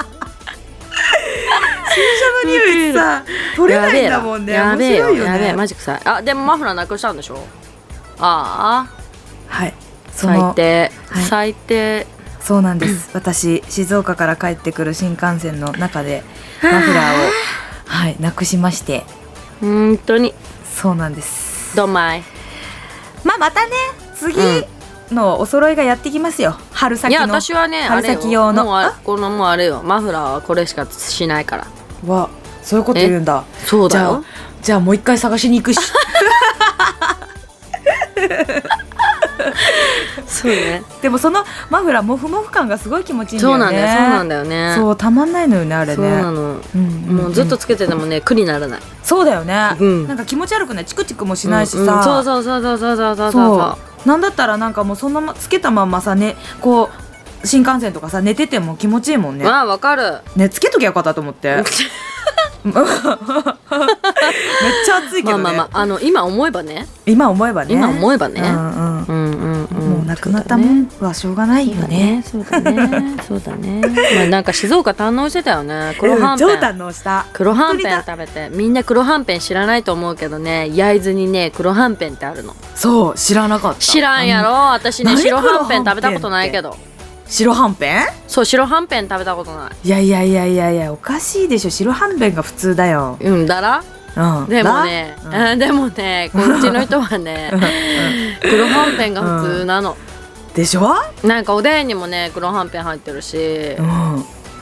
[SPEAKER 1] 車の匂いさ取れ
[SPEAKER 2] や
[SPEAKER 1] ないんだもんね
[SPEAKER 2] や
[SPEAKER 1] 面
[SPEAKER 2] べえよ
[SPEAKER 1] 白いよ
[SPEAKER 2] やべえ
[SPEAKER 1] ね
[SPEAKER 2] マジ臭いあでもマフラーなくしたんでしょああ
[SPEAKER 1] はいそ
[SPEAKER 2] 最
[SPEAKER 1] の
[SPEAKER 2] 低
[SPEAKER 1] はい
[SPEAKER 2] 最低
[SPEAKER 1] そうなん *clears throat* です私静岡から帰ってくる新幹線の中でマフラーをはいなくしまして
[SPEAKER 2] 本当に
[SPEAKER 1] そうなんです
[SPEAKER 2] どんまい
[SPEAKER 1] まあまたね次
[SPEAKER 2] うん
[SPEAKER 1] のお揃いがやってきますよ春
[SPEAKER 2] い
[SPEAKER 1] 先
[SPEAKER 2] や
[SPEAKER 1] の
[SPEAKER 2] 私はねあ
[SPEAKER 1] 春
[SPEAKER 2] れよ
[SPEAKER 1] 先用の
[SPEAKER 2] もうあこのもうあれよマフラーはこれしかしないから
[SPEAKER 1] わそういうこと言うんだ
[SPEAKER 2] そう
[SPEAKER 1] じ
[SPEAKER 2] だ
[SPEAKER 1] ゃ
[SPEAKER 2] よ
[SPEAKER 1] あじゃあもう一回探しに行く *laughs* し
[SPEAKER 2] そうね
[SPEAKER 1] でもそのマフラーモフモフ感がすごい気持ちいいんだ
[SPEAKER 2] そう
[SPEAKER 1] よね
[SPEAKER 2] なんだよそうなん
[SPEAKER 1] だ
[SPEAKER 2] だよね
[SPEAKER 1] そうたまんないのよねあれね
[SPEAKER 2] そうなの
[SPEAKER 1] うんんん
[SPEAKER 2] もうずっとつけててもね苦にならない
[SPEAKER 1] そうだよね、
[SPEAKER 2] うん
[SPEAKER 1] なんか気持ち悪くないチクチクもしないしさ、
[SPEAKER 2] うんうんそうそうそうそうそうそうそうそう
[SPEAKER 1] そうなんだったらなんかもうそのままつけたまんまさねこう新幹線とかさ寝てても気持ちいいもんね
[SPEAKER 2] まあわかる
[SPEAKER 1] ねつけときゃよかったと思ってめっちゃ暑いけ
[SPEAKER 2] ま
[SPEAKER 1] ど
[SPEAKER 2] あ
[SPEAKER 1] ね、
[SPEAKER 2] まあまああの今思えばね
[SPEAKER 1] 今思えばね
[SPEAKER 2] 今思えば
[SPEAKER 1] う
[SPEAKER 2] ね
[SPEAKER 1] んうん
[SPEAKER 2] うんうんうん
[SPEAKER 1] もうなくなったもんはしょうがないよね
[SPEAKER 2] そうだねそうだねまあなんか静岡堪能してたよね黒はんぺ
[SPEAKER 1] うん超
[SPEAKER 2] ん
[SPEAKER 1] 堪能した
[SPEAKER 2] 黒はんぺん食べてみんな黒はんぺん知らないと思うけどね焼津にね黒はんぺんってあるの
[SPEAKER 1] そう知らなかった
[SPEAKER 2] 知らんやろ私ね
[SPEAKER 1] 何
[SPEAKER 2] 白はんぺん
[SPEAKER 1] 黒はんぺんって
[SPEAKER 2] 食べたことないけど
[SPEAKER 1] あの白はんぺん
[SPEAKER 2] そう白はんぺん食べたことない
[SPEAKER 1] やいやいやいやいやおかしいでしょ白はんぺんが普通だよ、
[SPEAKER 2] いうんだら
[SPEAKER 1] うん、
[SPEAKER 2] でもね、
[SPEAKER 1] だうん
[SPEAKER 2] うん *laughs* でもねこっちの人
[SPEAKER 1] *laughs*
[SPEAKER 2] はね黒はんぺんが普通なの、
[SPEAKER 1] でしょ、
[SPEAKER 2] なんかおでんにもね黒はんぺん入ってるし、
[SPEAKER 1] うん、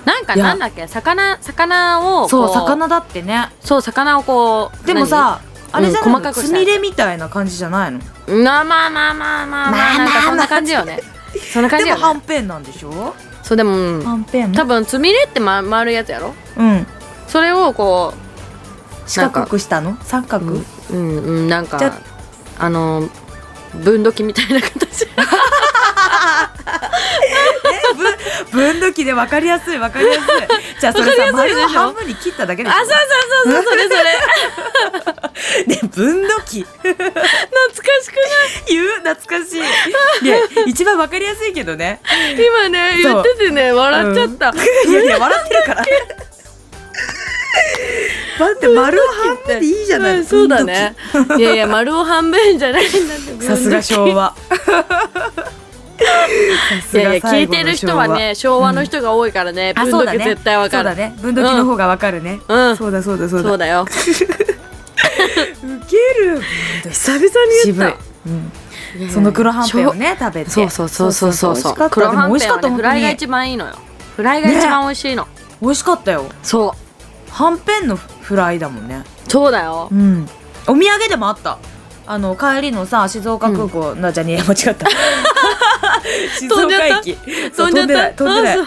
[SPEAKER 2] なんか
[SPEAKER 1] いや
[SPEAKER 2] なんだっけ魚魚をこ
[SPEAKER 1] そう魚だってね
[SPEAKER 2] そう魚をこう
[SPEAKER 1] でもさあ
[SPEAKER 2] 何
[SPEAKER 1] れじゃ
[SPEAKER 2] う
[SPEAKER 1] な
[SPEAKER 2] ん細か
[SPEAKER 1] い
[SPEAKER 2] くした
[SPEAKER 1] つみれみたいな感じじゃないの
[SPEAKER 2] 何まあまあまあまあまあま
[SPEAKER 1] ま
[SPEAKER 2] あ
[SPEAKER 1] あ
[SPEAKER 2] なん
[SPEAKER 1] ま
[SPEAKER 2] か
[SPEAKER 1] あまあ
[SPEAKER 2] そんな感じよねそんな感じ
[SPEAKER 1] でも
[SPEAKER 2] よ
[SPEAKER 1] は
[SPEAKER 2] ね
[SPEAKER 1] んぺんなんでしょ
[SPEAKER 2] そうでも、うん
[SPEAKER 1] はんぺん
[SPEAKER 2] 多分つみれって、ま、丸いやつやろ
[SPEAKER 1] うん
[SPEAKER 2] それをこ
[SPEAKER 1] 四角くしたの三角、
[SPEAKER 2] う、うんうん、なんか
[SPEAKER 1] じゃ
[SPEAKER 2] あの分度器みたいな形
[SPEAKER 1] 分度器で分かりやすい分か
[SPEAKER 2] *laughs*
[SPEAKER 1] りやすいじゃあそれさ丸を半分に切っただけでしょ
[SPEAKER 2] そうそうそうそれ *laughs* それ
[SPEAKER 1] ね分度
[SPEAKER 2] *laughs*
[SPEAKER 1] 器
[SPEAKER 2] 懐かしくな
[SPEAKER 1] 言う懐か
[SPEAKER 2] *laughs*
[SPEAKER 1] しいね一番分かりやすいけどね
[SPEAKER 2] い今ね
[SPEAKER 1] そう
[SPEAKER 2] 言っててね笑っちゃった、
[SPEAKER 1] *laughs* いやいや笑ってる
[SPEAKER 2] *laughs*
[SPEAKER 1] からだって丸を半分でいいじゃない、
[SPEAKER 2] うんそうだねいやいや丸を半分じゃないんだっ
[SPEAKER 1] 分
[SPEAKER 2] て
[SPEAKER 1] 度器さすが昭和さ
[SPEAKER 2] *laughs* い
[SPEAKER 1] す
[SPEAKER 2] やい
[SPEAKER 1] が最後の昭和
[SPEAKER 2] や聞いてる人はね昭和の人が多いからね、
[SPEAKER 1] あ
[SPEAKER 2] 分
[SPEAKER 1] そう
[SPEAKER 2] 度
[SPEAKER 1] だ
[SPEAKER 2] 器
[SPEAKER 1] ね
[SPEAKER 2] 絶対わかる
[SPEAKER 1] そうだね分度器の方がわかるね、
[SPEAKER 2] うん
[SPEAKER 1] そうだそうだそうだ
[SPEAKER 2] そうだよ
[SPEAKER 1] ウケる
[SPEAKER 2] 久々に言っ
[SPEAKER 1] 渋い
[SPEAKER 2] た、
[SPEAKER 1] うん
[SPEAKER 2] いやいや
[SPEAKER 1] その黒はんぺんをね食べて
[SPEAKER 2] そうそうそうそうそうそう
[SPEAKER 1] 美味しかった
[SPEAKER 2] 黒
[SPEAKER 1] で
[SPEAKER 2] は
[SPEAKER 1] も
[SPEAKER 2] ん
[SPEAKER 1] 美
[SPEAKER 2] ぺ
[SPEAKER 1] 味
[SPEAKER 2] ん
[SPEAKER 1] しかった本当
[SPEAKER 2] はねフライが
[SPEAKER 1] に
[SPEAKER 2] 一番いいのよフライが一番美味しいの、
[SPEAKER 1] 美味しかったよ
[SPEAKER 2] そう
[SPEAKER 1] はんぺんのフライだもんね
[SPEAKER 2] そうだよ
[SPEAKER 1] うんお土産でもあったあの帰りのさ静岡空港、なじゃねえ間違った
[SPEAKER 2] *laughs*
[SPEAKER 1] 静岡駅そう
[SPEAKER 2] 飛んじゃ
[SPEAKER 1] 飛
[SPEAKER 2] った
[SPEAKER 1] んでない飛
[SPEAKER 2] あ
[SPEAKER 1] んでない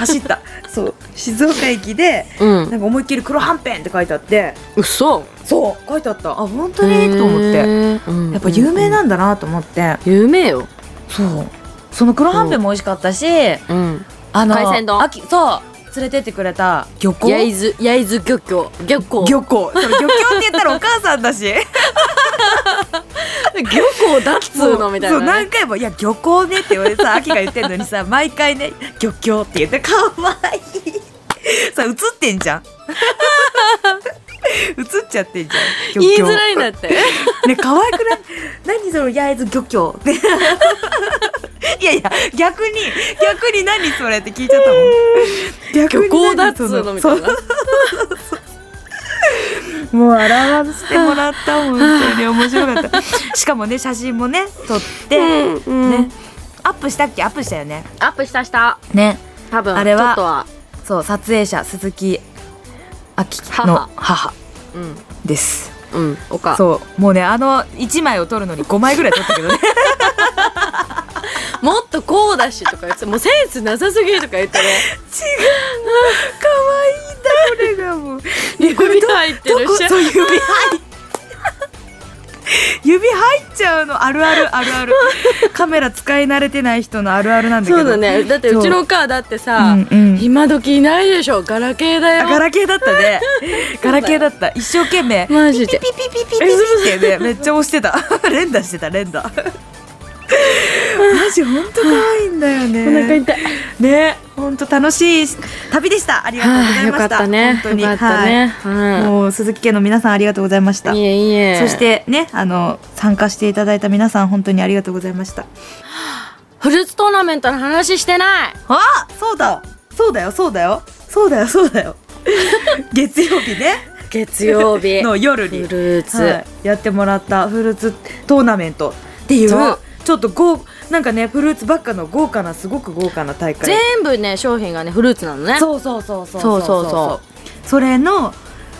[SPEAKER 1] 走ったそう静岡駅で
[SPEAKER 2] うん
[SPEAKER 1] なんか思いっきり黒はんぺんって書いてあって
[SPEAKER 2] 嘘
[SPEAKER 1] そう書いてあったあ本当にと思って
[SPEAKER 2] へーうん
[SPEAKER 1] やっぱ有名なんだなと思って、
[SPEAKER 2] 有名よ、
[SPEAKER 1] そうその黒はんぺんも美味しかったし、
[SPEAKER 2] うん、
[SPEAKER 1] あの
[SPEAKER 2] 海鮮丼
[SPEAKER 1] 秋そう連れてってくれた漁港
[SPEAKER 2] 焼津焼津漁協漁港
[SPEAKER 1] 漁港それ漁協って言ったらお母さんだし
[SPEAKER 2] 漁港だっつうのみたい
[SPEAKER 1] そう
[SPEAKER 2] な、ね
[SPEAKER 1] 何、回も「いや漁港ね」って言われてさ秋が言ってんのに
[SPEAKER 2] *laughs*
[SPEAKER 1] さ毎回ね「漁協」って言ってかわいい *laughs* さ映ってんじゃん映っちゃってんじゃん
[SPEAKER 2] 言いづ
[SPEAKER 1] 漁協
[SPEAKER 2] らいんだって
[SPEAKER 1] ね可愛くない何その焼津漁協 *laughs* いやいや逆に逆に何それって聞いちゃったもん逆
[SPEAKER 2] 漁
[SPEAKER 1] に
[SPEAKER 2] 港
[SPEAKER 1] 何
[SPEAKER 2] だっつうのみたいな
[SPEAKER 1] そうもう表してもらった本当に面白かったしかもね写真もね撮って、
[SPEAKER 2] うんうん
[SPEAKER 1] ねアップしたっけアップしたよね
[SPEAKER 2] アップしたした
[SPEAKER 1] ね
[SPEAKER 2] 多分
[SPEAKER 1] あれは
[SPEAKER 2] ちょっとは
[SPEAKER 1] そう撮影者鈴木あき
[SPEAKER 2] 母
[SPEAKER 1] の母
[SPEAKER 2] うん
[SPEAKER 1] です
[SPEAKER 2] うんおか
[SPEAKER 1] そうもうねあの1枚を撮るのに5枚ぐらい撮ったけ *laughs* どね
[SPEAKER 2] もっとこうだしとか言ってもうセンスなさすぎるとか言ってね
[SPEAKER 1] 可愛いんだこれがもう
[SPEAKER 2] 指入って
[SPEAKER 1] ど
[SPEAKER 2] る
[SPEAKER 1] こ
[SPEAKER 2] し
[SPEAKER 1] そう指入っ *laughs* 指入っちゃうのあるあるあるあるカメラ使い慣れてない人のあるあるなんだけ
[SPEAKER 2] そ
[SPEAKER 1] ど
[SPEAKER 2] うだねだってうちのお母だってさ、
[SPEAKER 1] うんうん
[SPEAKER 2] 今時いないでしょガラケーだ
[SPEAKER 1] あガ
[SPEAKER 2] よ
[SPEAKER 1] ラケーだった
[SPEAKER 2] *laughs*
[SPEAKER 1] ねガラケーだった一生懸命
[SPEAKER 2] マジで
[SPEAKER 1] ピピピピピピってねめっちゃ押してた *laughs* 連打してた連打マジ本当可愛いんだよ *laughs* ね
[SPEAKER 2] お腹痛い
[SPEAKER 1] ね本当楽しい旅でしたありがとうご
[SPEAKER 2] は
[SPEAKER 1] ざ
[SPEAKER 2] あ
[SPEAKER 1] い
[SPEAKER 2] よ
[SPEAKER 1] ま
[SPEAKER 2] か
[SPEAKER 1] し
[SPEAKER 2] ったたね
[SPEAKER 1] 本当に
[SPEAKER 2] よかったね、
[SPEAKER 1] はい
[SPEAKER 2] うん
[SPEAKER 1] もう鈴木家の皆さんありがとうございました
[SPEAKER 2] いえいえ
[SPEAKER 1] そしてねあの参加していただいた皆さん本当にありがとうございました
[SPEAKER 2] フルーツトーナメントの話してない
[SPEAKER 1] あそうだそうだよそうだよそうだよそうだ
[SPEAKER 2] *laughs*
[SPEAKER 1] よ月曜日ね
[SPEAKER 2] 月曜
[SPEAKER 1] *laughs*
[SPEAKER 2] 日
[SPEAKER 1] の夜に
[SPEAKER 2] フルーツ、
[SPEAKER 1] はいやってもらったフルーツトーナメントっていう
[SPEAKER 2] そう
[SPEAKER 1] ちょっと豪なんかねフルーツばっかの豪華なすごく豪華な大会
[SPEAKER 2] 全部ね商品がねフルーツなのね
[SPEAKER 1] そうそうそうそう
[SPEAKER 2] そうそうそう
[SPEAKER 1] それの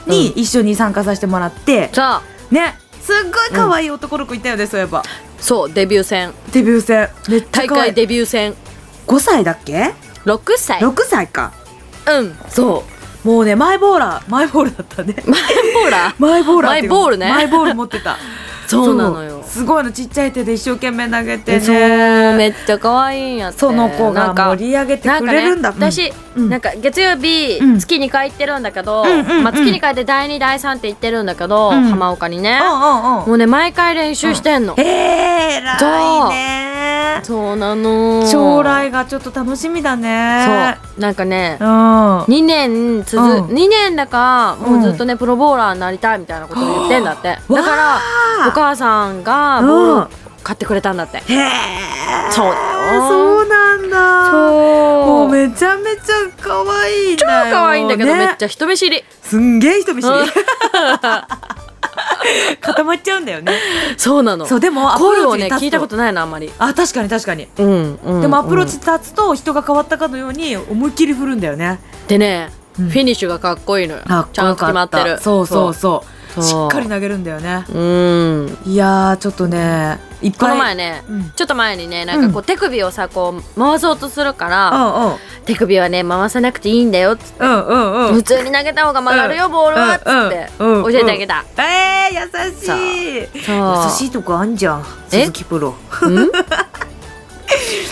[SPEAKER 1] に
[SPEAKER 2] う
[SPEAKER 1] 一緒に参加させてもらって、
[SPEAKER 2] さあ
[SPEAKER 1] ねすっごい可愛い男の子いたよね、そういえば
[SPEAKER 2] そうデビュー戦
[SPEAKER 1] デビュー戦めっちゃ
[SPEAKER 2] 大
[SPEAKER 1] 可愛い
[SPEAKER 2] 会デビュー戦
[SPEAKER 1] 5歳だっけ
[SPEAKER 2] 6歳
[SPEAKER 1] 6歳か
[SPEAKER 2] うん
[SPEAKER 1] そうもうねマイボーラーマイボールだったね
[SPEAKER 2] マイボーラ
[SPEAKER 1] *laughs*
[SPEAKER 2] ー
[SPEAKER 1] マイボーラーっていうの
[SPEAKER 2] マイボールね
[SPEAKER 1] マイボール持って *laughs* た
[SPEAKER 2] そうなのよ
[SPEAKER 1] すごいのちっちゃい手で一生懸命投げて
[SPEAKER 2] そう
[SPEAKER 1] ね
[SPEAKER 2] めっちゃ可愛いんやって
[SPEAKER 1] その子
[SPEAKER 2] な
[SPEAKER 1] が
[SPEAKER 2] んか
[SPEAKER 1] 盛り上げて
[SPEAKER 2] なん
[SPEAKER 1] く
[SPEAKER 2] か
[SPEAKER 1] れ
[SPEAKER 2] ね、
[SPEAKER 1] るんだ
[SPEAKER 2] 私、
[SPEAKER 1] うん
[SPEAKER 2] なんか月曜日、
[SPEAKER 1] うん
[SPEAKER 2] 月2回行ってるんだけど、
[SPEAKER 1] うんうんうん
[SPEAKER 2] まあ、月2回で第2第3って行ってるんだけど、
[SPEAKER 1] うん
[SPEAKER 2] 浜岡にね
[SPEAKER 1] う、んうん
[SPEAKER 2] も
[SPEAKER 1] うん
[SPEAKER 2] うね毎回練習してんの、
[SPEAKER 1] えー、偉いね
[SPEAKER 2] そうなの
[SPEAKER 1] 将来がちょっと楽しみだね
[SPEAKER 2] そうなんかね、
[SPEAKER 1] うん
[SPEAKER 2] 2年続、
[SPEAKER 1] うん
[SPEAKER 2] 2年だからもうずっとね、プロボウラーになりたいみたいなことを言ってんだってだからお母さんがボールを買ってくれたんだって、
[SPEAKER 1] へえ
[SPEAKER 2] そうだよ
[SPEAKER 1] そうなんだも
[SPEAKER 2] そうう
[SPEAKER 1] めちゃめちゃ可愛いん
[SPEAKER 2] 超
[SPEAKER 1] だよ
[SPEAKER 2] 可愛いんだけど、
[SPEAKER 1] ね
[SPEAKER 2] めっちゃ人見知り
[SPEAKER 1] すんげえ人見知
[SPEAKER 2] う
[SPEAKER 1] り *laughs* 固まっちゃうんだよね
[SPEAKER 2] そうなの
[SPEAKER 1] そうでもアプ
[SPEAKER 2] 声
[SPEAKER 1] ロー
[SPEAKER 2] を
[SPEAKER 1] チに
[SPEAKER 2] ね
[SPEAKER 1] 立つと
[SPEAKER 2] 聞いたことないなあんまり
[SPEAKER 1] あ確かに確かに
[SPEAKER 2] うん、うん
[SPEAKER 1] でもアプローチ立つと人が変わったかのように思いっきり振るんだよね
[SPEAKER 2] でね、
[SPEAKER 1] うん
[SPEAKER 2] フィニッシュがかっこいいのよ
[SPEAKER 1] かっ
[SPEAKER 2] ちゃんと
[SPEAKER 1] こよ
[SPEAKER 2] 決ま
[SPEAKER 1] かっ
[SPEAKER 2] って
[SPEAKER 1] た
[SPEAKER 2] る
[SPEAKER 1] そうそうそうし
[SPEAKER 2] そう
[SPEAKER 1] っかり投げるんだよね
[SPEAKER 2] ううんこ
[SPEAKER 1] いやーちょっとねいっぱい
[SPEAKER 2] の前ね、
[SPEAKER 1] うん
[SPEAKER 2] ちょっと前にねなんかこう、
[SPEAKER 1] う
[SPEAKER 2] 手首をさこう回そうとするから、
[SPEAKER 1] う
[SPEAKER 2] 手首はね回さなくていいんだよっつって、
[SPEAKER 1] んうんうんうんうん
[SPEAKER 2] 普通に投げた方が曲がるよ、
[SPEAKER 1] うん
[SPEAKER 2] ボールはっつって、
[SPEAKER 1] うんうんうん
[SPEAKER 2] 教えてあげた、
[SPEAKER 1] えー、優しい
[SPEAKER 2] そう
[SPEAKER 1] 優しいとこあんじゃん
[SPEAKER 2] え
[SPEAKER 1] 鈴木プロ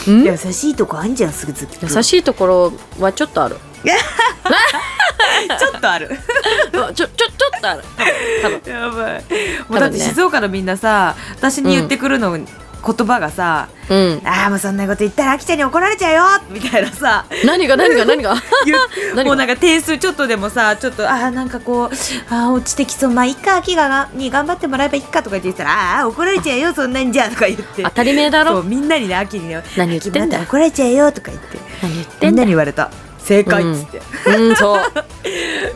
[SPEAKER 2] うん
[SPEAKER 1] 優しいとこあんじゃん鈴木プロ
[SPEAKER 2] 優しいところはちょっとある
[SPEAKER 1] ちょっとある *laughs*
[SPEAKER 2] ちょちょちょっとある多分
[SPEAKER 1] やばいもうだって静岡のみんなさ私に言ってくるの、言葉がさ
[SPEAKER 2] 多分う
[SPEAKER 1] 「
[SPEAKER 2] ん
[SPEAKER 1] ああもうそんなこと言ったらあきちゃんに怒られちゃうよ」みたいなさ
[SPEAKER 2] 何が何が
[SPEAKER 1] *laughs*
[SPEAKER 2] 何が
[SPEAKER 1] 言う
[SPEAKER 2] *laughs* 何
[SPEAKER 1] も
[SPEAKER 2] が
[SPEAKER 1] うなんか点数ちょっとでもさちょっとああなんかこうあー落ちてきそうまあいっかあきががに頑張ってもらえばいいかとか言ってたら「ああ怒られちゃうよそんなんじゃ」とか言って
[SPEAKER 2] 当たり前だ
[SPEAKER 1] そ
[SPEAKER 2] ろ
[SPEAKER 1] うみんなにね秋にね
[SPEAKER 2] 何言ってんだよ
[SPEAKER 1] 秋もあた怒られちゃうよとか言って
[SPEAKER 2] 何言っ
[SPEAKER 1] み
[SPEAKER 2] て
[SPEAKER 1] ん
[SPEAKER 2] んだ
[SPEAKER 1] な
[SPEAKER 2] よ
[SPEAKER 1] に言われた正解っつって、
[SPEAKER 2] うんそう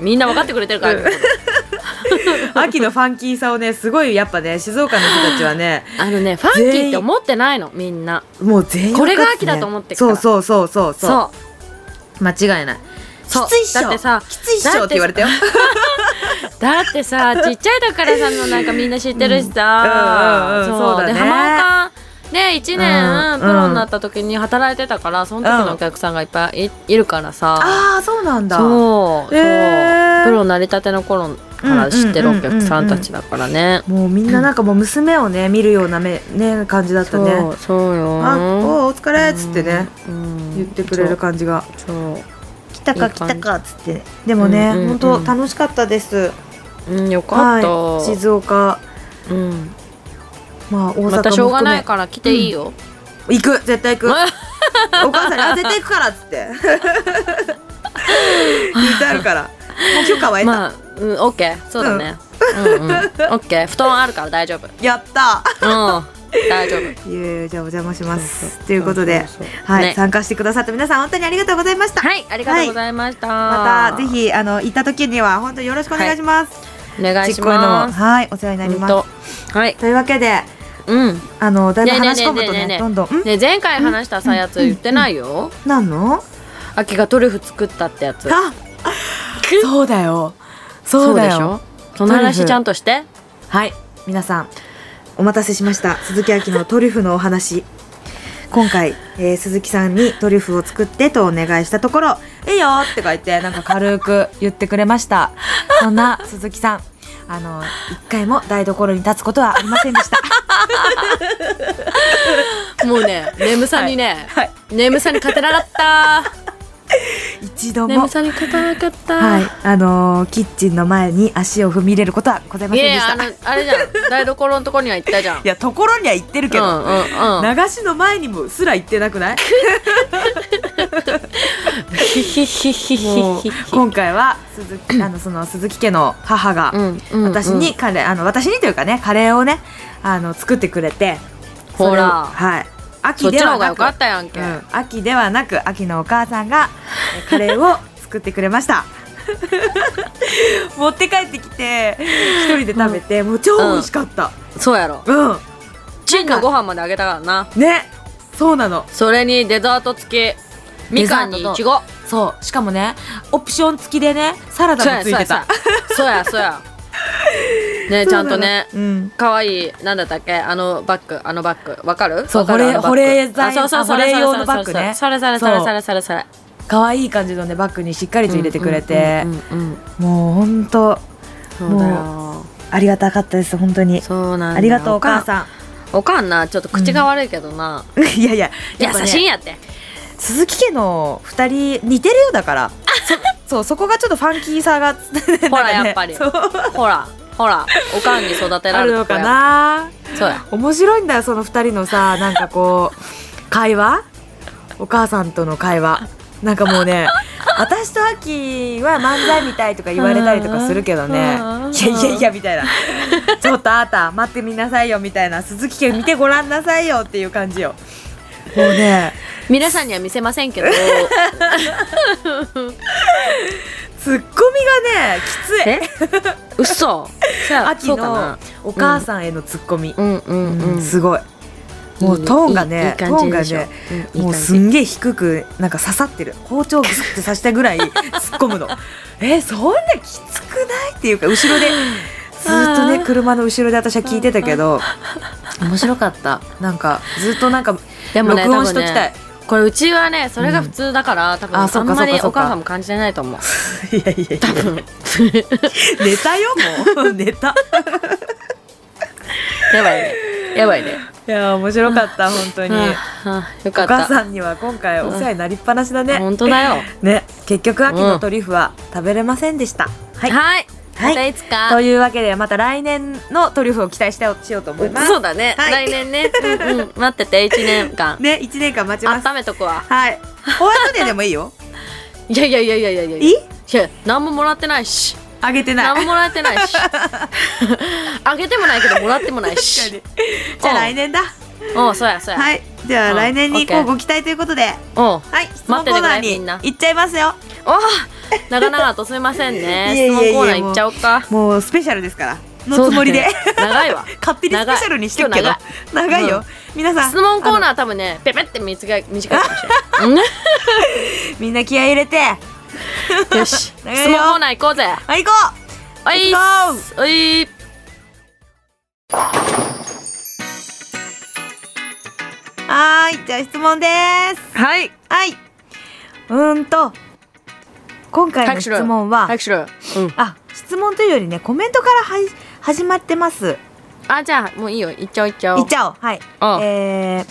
[SPEAKER 2] みんな分かってくれてるから
[SPEAKER 1] 秋のファンキーさをねすごいやっぱね静岡の人たちはね
[SPEAKER 2] あのねファンキーって思ってないのみんな
[SPEAKER 1] もう全員
[SPEAKER 2] これが
[SPEAKER 1] わかっ
[SPEAKER 2] 秋だと思ってっか
[SPEAKER 1] そう
[SPEAKER 2] ら
[SPEAKER 1] そうそうそう
[SPEAKER 2] そ
[SPEAKER 1] そうう間違いない
[SPEAKER 2] そう
[SPEAKER 1] きついっしょ
[SPEAKER 2] だってさ
[SPEAKER 1] きついっしょって言われたよ
[SPEAKER 2] だって
[SPEAKER 1] *laughs*
[SPEAKER 2] さちっちゃい時からさもうなんかみんな知ってるしさ、
[SPEAKER 1] うんうんうん
[SPEAKER 2] そう
[SPEAKER 1] そうだね
[SPEAKER 2] で浜岡ね1年、
[SPEAKER 1] うん
[SPEAKER 2] プロになった時に働いてたからその時のお客さんがいっぱいい,、るからさ
[SPEAKER 1] ああそうなんだ
[SPEAKER 2] そう、
[SPEAKER 1] へー
[SPEAKER 2] そうプロなりたての頃から知ってるお客さんたちだからね、
[SPEAKER 1] もうみんななんかもう娘をね見るような目ね感じだった
[SPEAKER 2] そ
[SPEAKER 1] ね
[SPEAKER 2] うそうよ
[SPEAKER 1] あおうお疲れっつってね、
[SPEAKER 2] うん
[SPEAKER 1] 言ってくれる感じが
[SPEAKER 2] そうそ
[SPEAKER 1] 来た
[SPEAKER 2] いい感じ
[SPEAKER 1] っつってでもね、
[SPEAKER 2] うんうんうん
[SPEAKER 1] 本当楽しかったです
[SPEAKER 2] う、うん、よかった、
[SPEAKER 1] はい静岡
[SPEAKER 2] うん、
[SPEAKER 1] まあ大阪も含め
[SPEAKER 2] またしょうがないから来ていいよ、
[SPEAKER 1] 行く絶対行
[SPEAKER 2] *laughs*
[SPEAKER 1] くお母さんに「あ絶対行くから」っつって言ってあるからもう許可は得た、
[SPEAKER 2] まあ、うん、オッケー、そうだね。うん、うん、オッケー、
[SPEAKER 1] *laughs*
[SPEAKER 2] 布団あるから大丈夫。うん、
[SPEAKER 1] やった
[SPEAKER 2] 大丈夫。
[SPEAKER 1] いえいえじゃあお邪魔します
[SPEAKER 2] そうそう
[SPEAKER 1] ということで
[SPEAKER 2] そうそうそう
[SPEAKER 1] はい、
[SPEAKER 2] ね
[SPEAKER 1] 参加してくださった皆さん本当にありがとうございました、
[SPEAKER 2] はい、ありがとうございました。
[SPEAKER 1] またぜひあの行った時には本当によろしくお願いします、
[SPEAKER 2] お願いし
[SPEAKER 1] 実行へのも
[SPEAKER 2] ます。
[SPEAKER 1] はいお世話になり
[SPEAKER 2] うん
[SPEAKER 1] ます
[SPEAKER 2] と、はい、
[SPEAKER 1] というわけで
[SPEAKER 2] うん。ね
[SPEAKER 1] あのだいぶ
[SPEAKER 2] ねね
[SPEAKER 1] 話し
[SPEAKER 2] ね
[SPEAKER 1] 込むとね
[SPEAKER 2] ねね
[SPEAKER 1] どんどんん
[SPEAKER 2] ね前回話したさやつ言ってないよ。
[SPEAKER 1] なんの
[SPEAKER 2] 秋がトリュフ作ったってやつ。
[SPEAKER 1] あそうだよそうだ
[SPEAKER 2] で
[SPEAKER 1] よ
[SPEAKER 2] しょ。その
[SPEAKER 1] トリュ
[SPEAKER 2] 話
[SPEAKER 1] フ
[SPEAKER 2] ちゃんとして。
[SPEAKER 1] はい、皆さんお待たせしました鈴木亜希のトリュフのお話今回、えー鈴木さんにトリュフを作ってとお願いしたところ「いいよ」って書いてなんか軽く言ってくれましたそんな鈴木さんあの一回も台所に立つことはありませんでした
[SPEAKER 2] も
[SPEAKER 1] *laughs*
[SPEAKER 2] うね、眠さにね、
[SPEAKER 1] はい
[SPEAKER 2] 眠さに勝てなかった。
[SPEAKER 1] 一度 *laughs* も
[SPEAKER 2] 眠さに勝てなかった。
[SPEAKER 1] はいあのーキッチンの前に足を踏み入れることはございま
[SPEAKER 2] い
[SPEAKER 1] せんで
[SPEAKER 2] やい
[SPEAKER 1] した
[SPEAKER 2] やあ
[SPEAKER 1] い
[SPEAKER 2] の
[SPEAKER 1] や
[SPEAKER 2] あれじゃん台所のとこには行ったじゃん
[SPEAKER 1] ところには行ってるけ
[SPEAKER 2] う
[SPEAKER 1] ど、
[SPEAKER 2] んうんうん
[SPEAKER 1] 流しの前にもすら行ってなく
[SPEAKER 2] *laughs*
[SPEAKER 1] ない
[SPEAKER 2] ひひひひ *laughs*
[SPEAKER 1] もう今回は鈴木あのその鈴木家の母が
[SPEAKER 2] うんうんうん
[SPEAKER 1] 私にカレーあの私にというかねカレーをねあの作ってくれてそ
[SPEAKER 2] ほ
[SPEAKER 1] れを
[SPEAKER 2] ら
[SPEAKER 1] はい
[SPEAKER 2] そ
[SPEAKER 1] 秋
[SPEAKER 2] っち
[SPEAKER 1] では
[SPEAKER 2] の方が
[SPEAKER 1] な
[SPEAKER 2] 良かっ
[SPEAKER 1] く
[SPEAKER 2] たやんけ、
[SPEAKER 1] うん秋ではなく秋のお母さんがえカレーを作ってくれました *laughs* 持って帰ってきて一人で食べてもう超美味しかった
[SPEAKER 2] そうやろ
[SPEAKER 1] うん
[SPEAKER 2] チンのご飯まであげたからな
[SPEAKER 1] ねそうなの
[SPEAKER 2] それにデザート付きみかんにいちご
[SPEAKER 1] そうしかもねオプション付きでねサラ
[SPEAKER 2] そう
[SPEAKER 1] ダも
[SPEAKER 2] や
[SPEAKER 1] つ
[SPEAKER 2] そう
[SPEAKER 1] い
[SPEAKER 2] や
[SPEAKER 1] てた *laughs*
[SPEAKER 2] そうやそうやねちゃんとね
[SPEAKER 1] うん
[SPEAKER 2] 可愛いなんだったっけあのバッグあのバッグわかる
[SPEAKER 1] そう
[SPEAKER 2] わかる
[SPEAKER 1] 保冷
[SPEAKER 2] あのバ
[SPEAKER 1] 保冷剤
[SPEAKER 2] ッグあそうそうそう
[SPEAKER 1] あ保冷用のバッグね
[SPEAKER 2] そうそうそうそれそれそれそれそれ
[SPEAKER 1] 可愛い感じのねバッグにしっかりと入れてくれて
[SPEAKER 2] うんうんうんうん
[SPEAKER 1] もう本当
[SPEAKER 2] そうだよ
[SPEAKER 1] ありがたかったです本当に
[SPEAKER 2] そうなんだ
[SPEAKER 1] ありがとうお母さ
[SPEAKER 2] んおかんなちょっと口が悪いけどな、
[SPEAKER 1] ん *laughs* いやいややっぱね
[SPEAKER 2] 優しいんやって
[SPEAKER 1] 鈴木家の二人似てるよだ
[SPEAKER 2] *laughs*
[SPEAKER 1] からそそうそこがちょっとファンキーさが
[SPEAKER 2] ほら
[SPEAKER 1] なんかね
[SPEAKER 2] やっぱり
[SPEAKER 1] そう
[SPEAKER 2] ほらほらおかんに育てら
[SPEAKER 1] ある
[SPEAKER 2] れた
[SPEAKER 1] の
[SPEAKER 2] 子
[SPEAKER 1] か
[SPEAKER 2] や
[SPEAKER 1] な
[SPEAKER 2] そうや
[SPEAKER 1] 面白いんだよその二人のさ
[SPEAKER 2] *laughs*
[SPEAKER 1] なんかこう会話お母さんとの会話なんかもう
[SPEAKER 2] *laughs*
[SPEAKER 1] ね私とアキは漫才みたいとか言われたりとかするけどねい
[SPEAKER 2] う
[SPEAKER 1] や
[SPEAKER 2] ん
[SPEAKER 1] いやいやみたいなちょっとあなた待ってみなさいよみたいな鈴木家見てごらんなさいよっていう感じよもうね
[SPEAKER 2] 皆さんには見せませ
[SPEAKER 1] *laughs*
[SPEAKER 2] んけど
[SPEAKER 1] ツッコミがねきつい
[SPEAKER 2] え嘘そうや
[SPEAKER 1] 秋
[SPEAKER 2] そうか
[SPEAKER 1] の
[SPEAKER 2] な
[SPEAKER 1] お母さんへのツッコミ、
[SPEAKER 2] うんうんうん
[SPEAKER 1] すごいもうトーンがね
[SPEAKER 2] いいいい感じでしょ
[SPEAKER 1] トーンがね
[SPEAKER 2] うんいい
[SPEAKER 1] もう
[SPEAKER 2] 感
[SPEAKER 1] す
[SPEAKER 2] じ
[SPEAKER 1] んげえ低くなんか刺さってる包丁グスって刺したぐ
[SPEAKER 2] *laughs*
[SPEAKER 1] らい突っ込むのえそんなきつくないっていうか後ろでずっと
[SPEAKER 2] あ
[SPEAKER 1] ね
[SPEAKER 2] ー
[SPEAKER 1] 車の後ろで私は聞いてたけど
[SPEAKER 2] 面白かった
[SPEAKER 1] なんかずっとなんか
[SPEAKER 2] でもね
[SPEAKER 1] 録音しときたい
[SPEAKER 2] 多分ねこれうちはねそれが普通だから、多分
[SPEAKER 1] あ
[SPEAKER 2] あ
[SPEAKER 1] そっ
[SPEAKER 2] ん
[SPEAKER 1] か
[SPEAKER 2] まり
[SPEAKER 1] そっかそっ
[SPEAKER 2] お
[SPEAKER 1] か
[SPEAKER 2] 母さんも感じてないと思う
[SPEAKER 1] いやいやいやネタよもうネタ
[SPEAKER 2] *laughs* やばいねやばいね
[SPEAKER 1] いや面白かった本当に
[SPEAKER 2] はあはあよか
[SPEAKER 1] お
[SPEAKER 2] っ
[SPEAKER 1] 母
[SPEAKER 2] た
[SPEAKER 1] さんには今回お世話になりっぱなしだね
[SPEAKER 2] 本当だよ
[SPEAKER 1] ね結局秋
[SPEAKER 2] う
[SPEAKER 1] の
[SPEAKER 2] ん
[SPEAKER 1] トリュフは食べれませんでしたはい
[SPEAKER 2] はい
[SPEAKER 1] はい
[SPEAKER 2] またいつか
[SPEAKER 1] というわけでまた来年のトリュフを期待してしようと思います
[SPEAKER 2] そうだね、
[SPEAKER 1] はい
[SPEAKER 2] 来年ね、うんうん、待ってて1年間
[SPEAKER 1] ね1年間待ちます
[SPEAKER 2] 温めとくわ *laughs*
[SPEAKER 1] はいホワイトデーでもいいよ
[SPEAKER 2] いやいやいやいやいやいや
[SPEAKER 1] いい
[SPEAKER 2] や何ももらってないし
[SPEAKER 1] あげてない
[SPEAKER 2] 何ももらっ
[SPEAKER 1] *laughs*
[SPEAKER 2] てないしあげてもないけどもらってもないし
[SPEAKER 1] 確かにじゃあ
[SPEAKER 2] うん
[SPEAKER 1] 来年だ
[SPEAKER 2] おうそうやそうや、
[SPEAKER 1] はいでは
[SPEAKER 2] うん
[SPEAKER 1] 来年に
[SPEAKER 2] オッケー
[SPEAKER 1] こうご期待ということで
[SPEAKER 2] おう
[SPEAKER 1] はい質問コーナー
[SPEAKER 2] 待っててくれみ
[SPEAKER 1] に
[SPEAKER 2] んな
[SPEAKER 1] 行っちゃいますよ
[SPEAKER 2] おう長々とすみませんね
[SPEAKER 1] いえいえいえ
[SPEAKER 2] 質問コーナー行っちゃおうか
[SPEAKER 1] もうスペシャルですからのつもりで、
[SPEAKER 2] そうだね長
[SPEAKER 1] *laughs*
[SPEAKER 2] いわ
[SPEAKER 1] 勝手にスペシャルにしてるけど
[SPEAKER 2] 長
[SPEAKER 1] 長
[SPEAKER 2] い
[SPEAKER 1] い
[SPEAKER 2] い
[SPEAKER 1] よ、皆さん
[SPEAKER 2] 質問コー
[SPEAKER 1] ー
[SPEAKER 2] ナー多分ねペペって短い短いかもしれない
[SPEAKER 1] みんな気合い入れて
[SPEAKER 2] うんよし質
[SPEAKER 1] 長
[SPEAKER 2] 問
[SPEAKER 1] いよ
[SPEAKER 2] コーナー行こうぜ
[SPEAKER 1] はい行こ
[SPEAKER 2] おい
[SPEAKER 1] 行こ
[SPEAKER 2] おい
[SPEAKER 1] うはーいじゃあ質問です
[SPEAKER 2] はい
[SPEAKER 1] はい。うーんと、今回
[SPEAKER 2] 早
[SPEAKER 1] の
[SPEAKER 2] くし
[SPEAKER 1] 質
[SPEAKER 2] ろよ
[SPEAKER 1] 問は
[SPEAKER 2] 早、くしろよ、うん、
[SPEAKER 1] あ、質問というよりね、コメントからはい始まってます。
[SPEAKER 2] あじゃあもういいよ行っちゃおう行っちゃおう
[SPEAKER 1] いっちゃおう。はい。
[SPEAKER 2] うん
[SPEAKER 1] え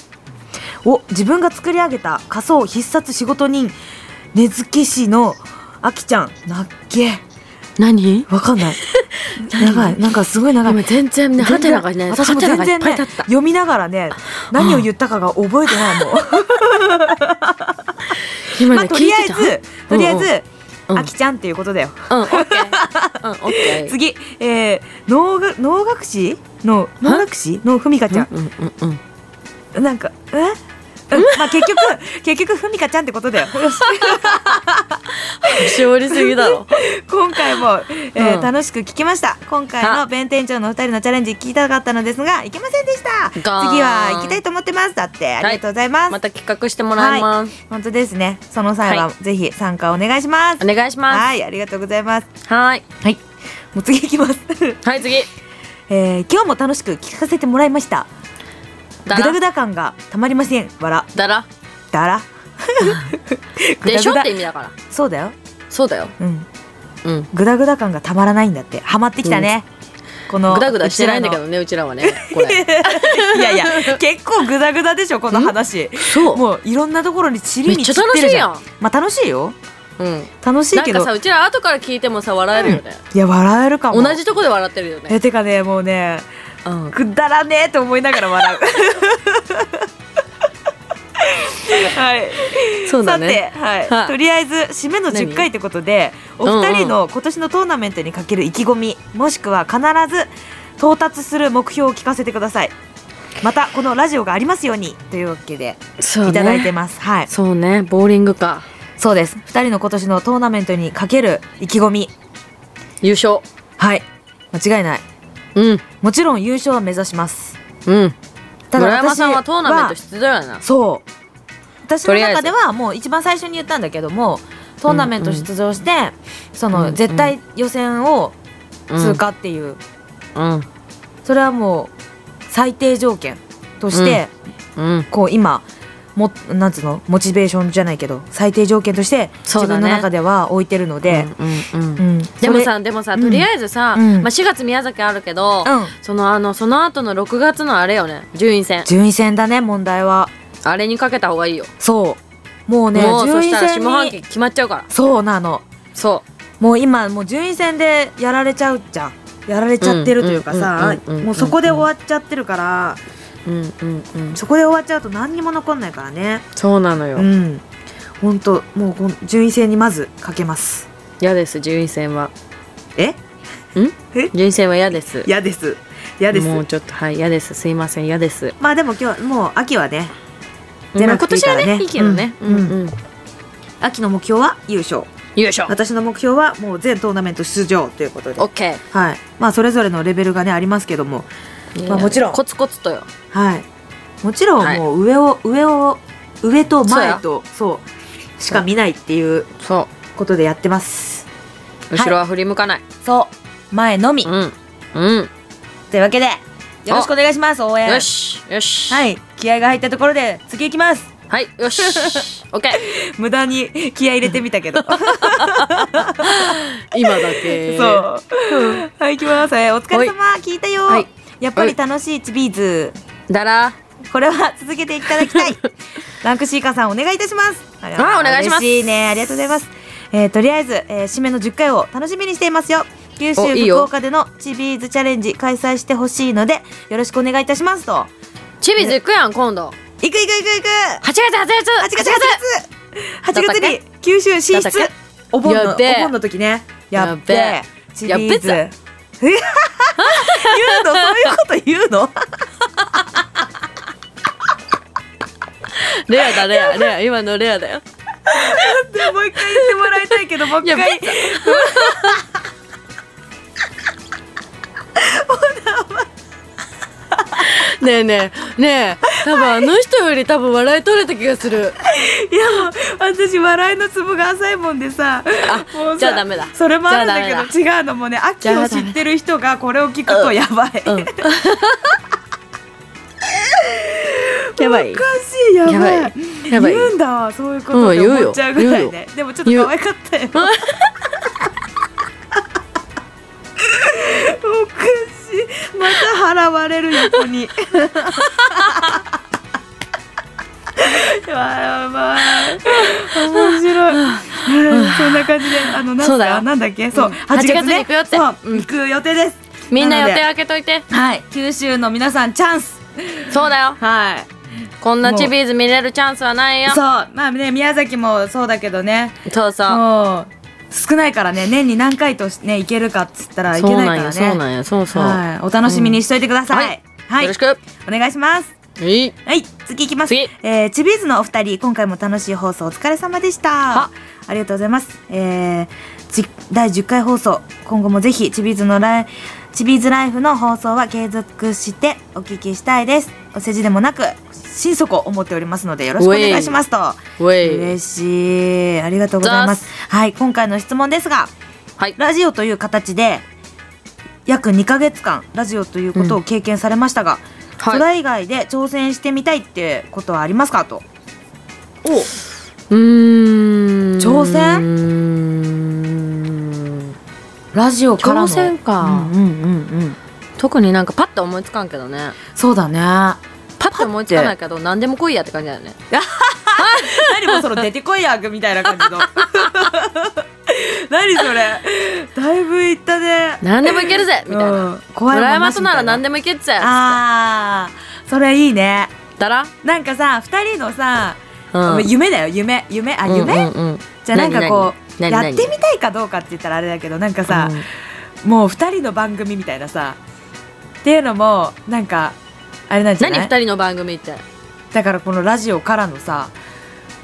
[SPEAKER 1] ー、お、自分が作り上げた仮想必殺仕事人、根付け師のあきちゃん、なっけ。
[SPEAKER 2] 何
[SPEAKER 1] わかん
[SPEAKER 2] *laughs*
[SPEAKER 1] ない。長い。なんかすごい長い。
[SPEAKER 2] 今全然ねハテナがね
[SPEAKER 1] 私も
[SPEAKER 2] ハテ
[SPEAKER 1] 全
[SPEAKER 2] ナがい
[SPEAKER 1] 然
[SPEAKER 2] っぱい
[SPEAKER 1] ね
[SPEAKER 2] 立った
[SPEAKER 1] 読みながらね何を言ったかが覚えてないもん。
[SPEAKER 2] 今
[SPEAKER 1] まあ
[SPEAKER 2] ね
[SPEAKER 1] と
[SPEAKER 2] 聞い
[SPEAKER 1] りあえ
[SPEAKER 2] てた
[SPEAKER 1] ずとりあえず、
[SPEAKER 2] うん
[SPEAKER 1] あきちゃんっていうことだよ。
[SPEAKER 2] うんオッケーうんオッケー
[SPEAKER 1] *laughs* 次、えー、能が能楽師の能楽師のふみかちゃ
[SPEAKER 2] うんうんうん
[SPEAKER 1] んなんかえうんま
[SPEAKER 2] *laughs*
[SPEAKER 1] あ結局結局ふみかちゃんってことだよ *laughs* よし
[SPEAKER 2] 絞りすぎだろ
[SPEAKER 1] *laughs* 今回も、えー
[SPEAKER 2] うん
[SPEAKER 1] 楽しく聞きました今回の
[SPEAKER 2] あ
[SPEAKER 1] 弁店長のお二人のチャレンジ聞きたかったのですが行けませんでした次
[SPEAKER 2] ガーン
[SPEAKER 1] は行きたいと思ってますだってありがとうございます、
[SPEAKER 2] また企画してもらいます
[SPEAKER 1] 本当ですねその際は
[SPEAKER 2] は
[SPEAKER 1] ぜひ参加お願いします、
[SPEAKER 2] お願いしま
[SPEAKER 1] はいありがとうございます
[SPEAKER 2] すはい
[SPEAKER 1] はいもう次行きます、
[SPEAKER 2] はい次
[SPEAKER 1] えー、今日も楽しく聞かせてもらいましたグ
[SPEAKER 2] だ
[SPEAKER 1] ダグ
[SPEAKER 2] ら
[SPEAKER 1] ダ感がたまりませんわら
[SPEAKER 2] だら
[SPEAKER 1] だらグ
[SPEAKER 2] *laughs* で
[SPEAKER 1] ダ
[SPEAKER 2] し
[SPEAKER 1] グ
[SPEAKER 2] ょっ
[SPEAKER 1] ダ
[SPEAKER 2] て意味だから
[SPEAKER 1] そうだよ
[SPEAKER 2] そうだよ
[SPEAKER 1] うん
[SPEAKER 2] うん
[SPEAKER 1] グダグダ感がたまらないんだってハマってきたね、この
[SPEAKER 2] グダグダしてないんだけどねうちらはね
[SPEAKER 1] *laughs*
[SPEAKER 2] これ
[SPEAKER 1] いやいや結構グダグダでしょこの話
[SPEAKER 2] そう
[SPEAKER 1] もういろんなところにちりに散っ
[SPEAKER 2] めっちゃ
[SPEAKER 1] て
[SPEAKER 2] 楽
[SPEAKER 1] る
[SPEAKER 2] しい
[SPEAKER 1] じゃ
[SPEAKER 2] や
[SPEAKER 1] ん
[SPEAKER 2] ん
[SPEAKER 1] まあ楽しいよ
[SPEAKER 2] うん
[SPEAKER 1] 楽しい
[SPEAKER 2] なん
[SPEAKER 1] け
[SPEAKER 2] か
[SPEAKER 1] ど
[SPEAKER 2] さうちら後から聞いてもさ笑えるよね
[SPEAKER 1] いや笑えるかも
[SPEAKER 2] 同じとこで笑ってるよね
[SPEAKER 1] えてかねもうね
[SPEAKER 2] うん
[SPEAKER 1] くだらねえと思いながら笑う *laughs* はい
[SPEAKER 2] そうだね
[SPEAKER 1] さて、はい
[SPEAKER 2] はい
[SPEAKER 1] とりあえず締めの
[SPEAKER 2] 何
[SPEAKER 1] 10回ということでお二人の今年のトーナメントにかける意気込みもしくは必ず到達する目標を聞かせてくださいまたこのラジオがありますようにというわけで
[SPEAKER 2] そう
[SPEAKER 1] いただいて
[SPEAKER 2] ね
[SPEAKER 1] ます、はい
[SPEAKER 2] そうねボーリングか
[SPEAKER 1] そうです二人の今年のトーナメントにかける意気込み
[SPEAKER 2] 優勝
[SPEAKER 1] はい間違いない
[SPEAKER 2] うん
[SPEAKER 1] もちろん優勝は目指します
[SPEAKER 2] うん
[SPEAKER 1] ただ
[SPEAKER 2] 村山さんは
[SPEAKER 1] 私
[SPEAKER 2] トーナメント出場やな
[SPEAKER 1] そう私の
[SPEAKER 2] とりあえ
[SPEAKER 1] 中
[SPEAKER 2] ず
[SPEAKER 1] ではもう一番最初に言ったんだけどもトーナメント出場して、そ
[SPEAKER 2] うんう
[SPEAKER 1] の
[SPEAKER 2] ん
[SPEAKER 1] 絶対予選を通過っていう、
[SPEAKER 2] うん
[SPEAKER 1] それはもう最低条件として、
[SPEAKER 2] うん
[SPEAKER 1] こう今もなんつうのモチベーションじゃないけど最低条件として
[SPEAKER 2] そ
[SPEAKER 1] 自
[SPEAKER 2] うだ
[SPEAKER 1] 分
[SPEAKER 2] ね
[SPEAKER 1] の中では置いてるので、
[SPEAKER 2] うんうんうん
[SPEAKER 1] うん
[SPEAKER 2] でもさでもさ
[SPEAKER 1] うん
[SPEAKER 2] とりあえずさ、
[SPEAKER 1] うん
[SPEAKER 2] まあ、4月宮崎あるけど、
[SPEAKER 1] それうん
[SPEAKER 2] そのあのその後の6月のあれよね順位戦
[SPEAKER 1] 順位戦だね問題は
[SPEAKER 2] あれにかけた方がいいよ、
[SPEAKER 1] そうもうね
[SPEAKER 2] もうそ
[SPEAKER 1] 順
[SPEAKER 2] し
[SPEAKER 1] 位
[SPEAKER 2] たら
[SPEAKER 1] 戦
[SPEAKER 2] 下半期
[SPEAKER 1] に
[SPEAKER 2] 決まっちゃうから
[SPEAKER 1] そうなの
[SPEAKER 2] そ
[SPEAKER 1] もう今もう順位戦でやられちゃうじゃんやられちゃってるというかさ
[SPEAKER 2] うんうんうんうんうんうん
[SPEAKER 1] もうそこで終わっちゃってるから
[SPEAKER 2] ううんうんうん
[SPEAKER 1] そこで終わっちゃうと何にも残んないからね
[SPEAKER 2] そうなのよ
[SPEAKER 1] うん本当もうこの順位戦にまずかけます
[SPEAKER 2] 嫌、です順位戦は
[SPEAKER 1] え
[SPEAKER 2] 順位戦は嫌です
[SPEAKER 1] 嫌です嫌です
[SPEAKER 2] もうちょっとはい嫌ですすいません嫌です
[SPEAKER 1] まあでも今日もう秋はね
[SPEAKER 2] まあ
[SPEAKER 1] 出な
[SPEAKER 2] 今
[SPEAKER 1] くていい
[SPEAKER 2] 年
[SPEAKER 1] から
[SPEAKER 2] は
[SPEAKER 1] ね
[SPEAKER 2] ねいいけどね
[SPEAKER 1] うん
[SPEAKER 2] うんうん
[SPEAKER 1] 秋の目標は優勝
[SPEAKER 2] 優勝
[SPEAKER 1] 私の目標はもう全トーナメント出場ということで
[SPEAKER 2] オッケー
[SPEAKER 1] はいまあそれぞれのレベルがねありますけども
[SPEAKER 2] いやい
[SPEAKER 1] まあ
[SPEAKER 2] や
[SPEAKER 1] もちろん
[SPEAKER 2] コツコツとよ
[SPEAKER 1] はい。もちろ
[SPEAKER 2] は
[SPEAKER 1] ん
[SPEAKER 2] い
[SPEAKER 1] もう上を、上を上と前
[SPEAKER 2] そ
[SPEAKER 1] とそうしか見ないっていう
[SPEAKER 2] そ
[SPEAKER 1] ことでやってます。
[SPEAKER 2] う後ろは振り向かない、
[SPEAKER 1] そう前のみ
[SPEAKER 2] うんうん
[SPEAKER 1] というわけでよろしくお願いします応援。
[SPEAKER 2] よ。しよし
[SPEAKER 1] はい気合が入ったところで次行きます。 *laughs*
[SPEAKER 2] はいよしオッケー
[SPEAKER 1] 無駄に気合入れてみたけ *laughs* ど。
[SPEAKER 2] 今だけ
[SPEAKER 1] そう。はい行きます。はいお疲れ様聞いたよ
[SPEAKER 2] はい。
[SPEAKER 1] やっぱり楽しいチビーズ。
[SPEAKER 2] だら
[SPEAKER 1] これは続けていただき
[SPEAKER 2] *laughs*
[SPEAKER 1] たい。ランクシーカーさんお願いいたします。あ
[SPEAKER 2] お願いします
[SPEAKER 1] 嬉しいね。ありがとうございます。えーとりあえず、えー締めの10回を楽しみにしていますよ。九州
[SPEAKER 2] おいいよ
[SPEAKER 1] 福岡でのチビーズチャレンジ開催してほしいのでよろしくお願いいたしますと。
[SPEAKER 2] チビズ行くやん今度
[SPEAKER 1] いくいくいくいく。
[SPEAKER 2] 8月8月
[SPEAKER 1] 8月8月。8月に九州進
[SPEAKER 2] だ
[SPEAKER 1] 出
[SPEAKER 2] ったっ。
[SPEAKER 1] お盆の
[SPEAKER 2] や
[SPEAKER 1] お
[SPEAKER 2] っべえ
[SPEAKER 1] 盆の時ね。やっべえ
[SPEAKER 2] やっ。
[SPEAKER 1] チビ
[SPEAKER 2] やっべえ
[SPEAKER 1] ーズ。 *laughs* 言うのそういうこと言
[SPEAKER 2] *laughs*
[SPEAKER 1] うの。
[SPEAKER 2] レアだレ
[SPEAKER 1] *laughs*
[SPEAKER 2] アレア今のレアだよ
[SPEAKER 1] でもう一回言ってもらいたいけどもう一
[SPEAKER 2] いや
[SPEAKER 1] 回。
[SPEAKER 2] ねえねえねえ多分あの人より多分笑い取れた気がする
[SPEAKER 1] いやもう私笑いのツボが浅いもんでさあもうさ
[SPEAKER 2] じゃあダメだ
[SPEAKER 1] それもあるんだ
[SPEAKER 2] じゃあ
[SPEAKER 1] け
[SPEAKER 2] ダ
[SPEAKER 1] ど違うのもね秋
[SPEAKER 2] じゃ
[SPEAKER 1] を
[SPEAKER 2] あダ
[SPEAKER 1] 知
[SPEAKER 2] メだ
[SPEAKER 1] ってる人がこれを聞くとやばい、 *laughs*
[SPEAKER 2] うんやばい
[SPEAKER 1] おかしいやばい
[SPEAKER 2] やばいやばい
[SPEAKER 1] 言うんだわそういうことって思っちゃうぐらい
[SPEAKER 2] うん言う
[SPEAKER 1] ね
[SPEAKER 2] よ
[SPEAKER 1] でもちょっと可愛かったよおかしいまた払われる横にやばい面白いそんな感じであのなん
[SPEAKER 2] そ
[SPEAKER 1] す
[SPEAKER 2] うだ
[SPEAKER 1] か
[SPEAKER 2] よ
[SPEAKER 1] なんだっけそう
[SPEAKER 2] うん
[SPEAKER 1] 8月
[SPEAKER 2] 8月
[SPEAKER 1] ね
[SPEAKER 2] に行くよって
[SPEAKER 1] そう
[SPEAKER 2] うん
[SPEAKER 1] 行く予定です
[SPEAKER 2] *laughs* みんな
[SPEAKER 1] の
[SPEAKER 2] 予
[SPEAKER 1] で
[SPEAKER 2] 定開けといて
[SPEAKER 1] はい九州の皆さんチャンス
[SPEAKER 2] そうだよ
[SPEAKER 1] はい
[SPEAKER 2] こんなチビーズ見れるチャンスはないよ
[SPEAKER 1] そうまあね宮崎もそうだけどね
[SPEAKER 2] そうそう
[SPEAKER 1] もう少ないからね年に何回としね行けるかっつったらい
[SPEAKER 2] そ
[SPEAKER 1] け
[SPEAKER 2] う
[SPEAKER 1] ない
[SPEAKER 2] な
[SPEAKER 1] か
[SPEAKER 2] ん
[SPEAKER 1] ら
[SPEAKER 2] や
[SPEAKER 1] ね
[SPEAKER 2] そうなんやそうそうよ
[SPEAKER 1] はいお楽しみにしといてください、
[SPEAKER 2] うんはい
[SPEAKER 1] はい、
[SPEAKER 2] ろしく
[SPEAKER 1] お願いします
[SPEAKER 2] いい
[SPEAKER 1] はい次いきます
[SPEAKER 2] 次
[SPEAKER 1] えー、チビーズのお二人今回も楽しい放送お疲れ様でしたあ
[SPEAKER 2] あ
[SPEAKER 1] りがとうございますえー、じ第10回放送今後もぜひチビーズのライチビーズライフの放送は継続してお聞きしたいですお世辞でもなく心底思っておりますのでよろしくお願いしますと
[SPEAKER 2] ウェイ
[SPEAKER 1] 嬉しいありがとうございますはい今回の質問ですが
[SPEAKER 2] はい
[SPEAKER 1] ラジオという形で約2ヶ月間ラジオということを経験されましたが、
[SPEAKER 2] はい
[SPEAKER 1] それ以外で挑戦してみたいってことはありますかとお
[SPEAKER 2] うーん
[SPEAKER 1] 挑戦
[SPEAKER 2] うーん
[SPEAKER 1] ラジオからの
[SPEAKER 2] 挑戦か
[SPEAKER 1] うんうんうんうん
[SPEAKER 2] 特になんかパッと思いつかんけどね
[SPEAKER 1] そうだね
[SPEAKER 2] パッと思いつかないけど何でも来いやって感じだよね
[SPEAKER 1] 何もその出てこいやみたいな感じ *laughs* の何それだいぶいったね
[SPEAKER 2] 何でもいけるぜみたいな
[SPEAKER 1] うん怖いもん
[SPEAKER 2] 村
[SPEAKER 1] な
[SPEAKER 2] 山
[SPEAKER 1] し
[SPEAKER 2] となら何
[SPEAKER 1] み
[SPEAKER 2] でもいけっぜ
[SPEAKER 1] たいなあーそれいいね
[SPEAKER 2] だら
[SPEAKER 1] なんかさ2人のさ、
[SPEAKER 2] うん
[SPEAKER 1] 夢だよ夢夢あ夢、
[SPEAKER 2] うんうんうん
[SPEAKER 1] じゃあなんかこう
[SPEAKER 2] 何
[SPEAKER 1] やっ
[SPEAKER 2] 何
[SPEAKER 1] てみたいかどうかって言ったらあれだけどなんかさ、もう2人の番組みたいなさっていうのもなんかあれなんじゃ
[SPEAKER 2] 何
[SPEAKER 1] な
[SPEAKER 2] 二
[SPEAKER 1] い
[SPEAKER 2] 人の番組って
[SPEAKER 1] だからこのラジオからのさ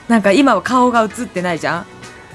[SPEAKER 1] なんか今は顔が映ってないじゃん、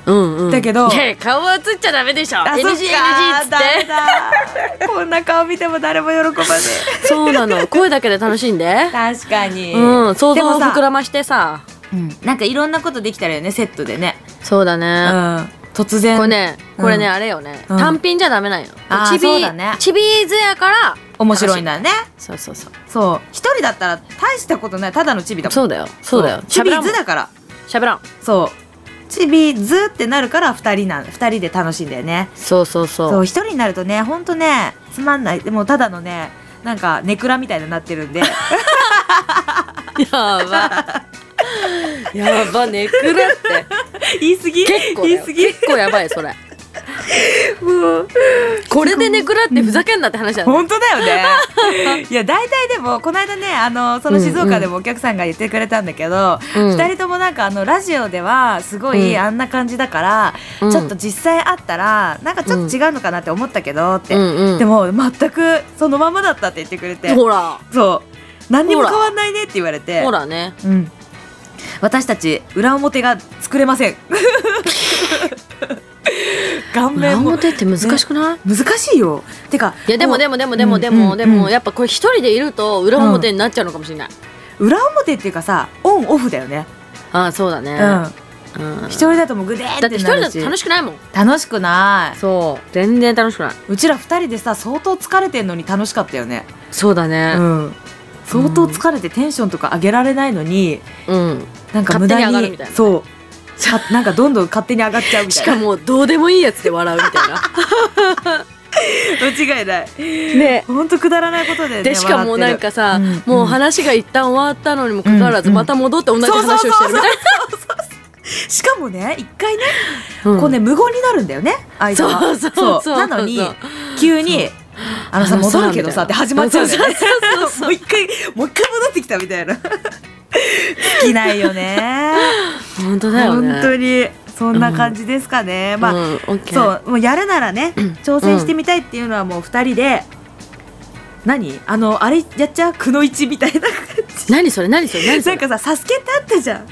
[SPEAKER 2] うんうん
[SPEAKER 1] だけど
[SPEAKER 2] いやいや顔は映っちゃダメでしょ NGNG
[SPEAKER 1] そっ
[SPEAKER 2] っ
[SPEAKER 1] か
[SPEAKER 2] つっ
[SPEAKER 1] ダメ
[SPEAKER 2] て
[SPEAKER 1] だこんな顔見ても誰も喜ばね
[SPEAKER 2] そうなの声だけで楽しんで
[SPEAKER 1] え *laughs* 確かに
[SPEAKER 2] うん想像を膨
[SPEAKER 1] でもさ
[SPEAKER 2] らましてさ
[SPEAKER 1] うんなんかいろんなことできたらよねセットでね
[SPEAKER 2] そうだ
[SPEAKER 1] う
[SPEAKER 2] ね、
[SPEAKER 1] ん突然
[SPEAKER 2] これねこれね、
[SPEAKER 1] うん
[SPEAKER 2] あれよね、
[SPEAKER 1] うん
[SPEAKER 2] 単品じゃダメなんよ
[SPEAKER 1] あー
[SPEAKER 2] ちび
[SPEAKER 1] そうだね
[SPEAKER 2] ちびーずやから
[SPEAKER 1] 面白いんだよね
[SPEAKER 2] そうそうそう
[SPEAKER 1] そう一人だったら大したことないただのチビだもん
[SPEAKER 2] そうだよそうだよ
[SPEAKER 1] チビ
[SPEAKER 2] 喋らんも
[SPEAKER 1] ズ
[SPEAKER 2] ん
[SPEAKER 1] だから
[SPEAKER 2] 喋らん
[SPEAKER 1] そうチビズってなるから二人なん二人で楽しいんだよね
[SPEAKER 2] そうそうそう
[SPEAKER 1] そう一人になるとねほんとねつまんないでもただのねなんかネクラみたいになって
[SPEAKER 2] *laughs*
[SPEAKER 1] るんで
[SPEAKER 2] や
[SPEAKER 1] *laughs*
[SPEAKER 2] ばやばネクラって
[SPEAKER 1] 言い過ぎ
[SPEAKER 2] 結構だ
[SPEAKER 1] 言い
[SPEAKER 2] よ
[SPEAKER 1] 過ぎ
[SPEAKER 2] 結構やばいそれ
[SPEAKER 1] もう
[SPEAKER 2] これでネクラってふざけんなって話だよ
[SPEAKER 1] *laughs*
[SPEAKER 2] ね、
[SPEAKER 1] 本当だよねいや大体でもこの間ねあのその静岡でもお客さんが言ってくれたんだけど、
[SPEAKER 2] う
[SPEAKER 1] 二
[SPEAKER 2] ん
[SPEAKER 1] 人ともなんかあのラジオではすごい
[SPEAKER 2] うん
[SPEAKER 1] あんな感じだから、
[SPEAKER 2] うん
[SPEAKER 1] ちょっと実際会ったらなんかちょっと違うのかなって思ったけどって、
[SPEAKER 2] うんうん
[SPEAKER 1] でも全くそのままだったって言ってくれて
[SPEAKER 2] ほら
[SPEAKER 1] そう何にも変わんないねって言われて
[SPEAKER 2] ほらね
[SPEAKER 1] うん、私たち裏表が作れま *laughs* せん顔面
[SPEAKER 2] 乱
[SPEAKER 1] も
[SPEAKER 2] モテって難しくない、
[SPEAKER 1] 難しいよてか
[SPEAKER 2] いやでもで
[SPEAKER 1] も
[SPEAKER 2] もでもでもで
[SPEAKER 1] う
[SPEAKER 2] も
[SPEAKER 1] ん
[SPEAKER 2] で
[SPEAKER 1] うんう
[SPEAKER 2] も
[SPEAKER 1] ん
[SPEAKER 2] やっぱこれ一人でいると裏表になっちゃうのかもしれない、
[SPEAKER 1] う裏表っていうかさオンオフだよね、
[SPEAKER 2] ああそうだね
[SPEAKER 1] うん
[SPEAKER 2] うん
[SPEAKER 1] 一人だともうグデーって
[SPEAKER 2] だ
[SPEAKER 1] な
[SPEAKER 2] っ
[SPEAKER 1] るし
[SPEAKER 2] て一人だと楽しくないもん
[SPEAKER 1] 楽しくな
[SPEAKER 2] そう全然楽しくないう
[SPEAKER 1] ちら二人でさ相当疲れてんのに楽しかったよね
[SPEAKER 2] そうだ
[SPEAKER 1] う
[SPEAKER 2] ね
[SPEAKER 1] ん相当疲れてテンションとか上げられないのに
[SPEAKER 2] うん、
[SPEAKER 1] なんか無駄に
[SPEAKER 2] 勝手に上がるみたいな
[SPEAKER 1] そうかなんかどんどん勝手に上がっちゃうみた
[SPEAKER 2] し
[SPEAKER 1] いな
[SPEAKER 2] かもどうでもいいやつで笑うみたいな
[SPEAKER 1] *laughs* 間違いない
[SPEAKER 2] *laughs* ね
[SPEAKER 1] ほんとくだらないことでね
[SPEAKER 2] *laughs* でしかも
[SPEAKER 1] 笑
[SPEAKER 2] な
[SPEAKER 1] ってる
[SPEAKER 2] んかさ、
[SPEAKER 1] うん
[SPEAKER 2] もう話が一旦終わったのにもかかわらず、
[SPEAKER 1] うん
[SPEAKER 2] また戻って同じ話をしてるみたい
[SPEAKER 1] しかもね一回ね、
[SPEAKER 2] な、うん
[SPEAKER 1] こうね無言になるんだよね間が
[SPEAKER 2] そうそうそう
[SPEAKER 1] なのに
[SPEAKER 2] そう
[SPEAKER 1] 急に「あのさ
[SPEAKER 2] あのさ
[SPEAKER 1] 戻るけどさ」っ
[SPEAKER 2] み
[SPEAKER 1] て
[SPEAKER 2] たいな
[SPEAKER 1] 始まっちゃうんだよね
[SPEAKER 2] そうそうそうそう
[SPEAKER 1] もう一回もう一回戻ってきたみたいな好きないよね
[SPEAKER 2] 本当だよね
[SPEAKER 1] 本当にそんな感じですかね、まあ、
[SPEAKER 2] うん、オッケ
[SPEAKER 1] そ
[SPEAKER 2] ー
[SPEAKER 1] うもうやるならね挑戦してみたいっていうのはもう二人で、何あのあれやっちゃうくの一みたいな感
[SPEAKER 2] 何それ何それ何
[SPEAKER 1] じ
[SPEAKER 2] そ
[SPEAKER 1] な
[SPEAKER 2] れ
[SPEAKER 1] んかさ「サスケってあったじゃん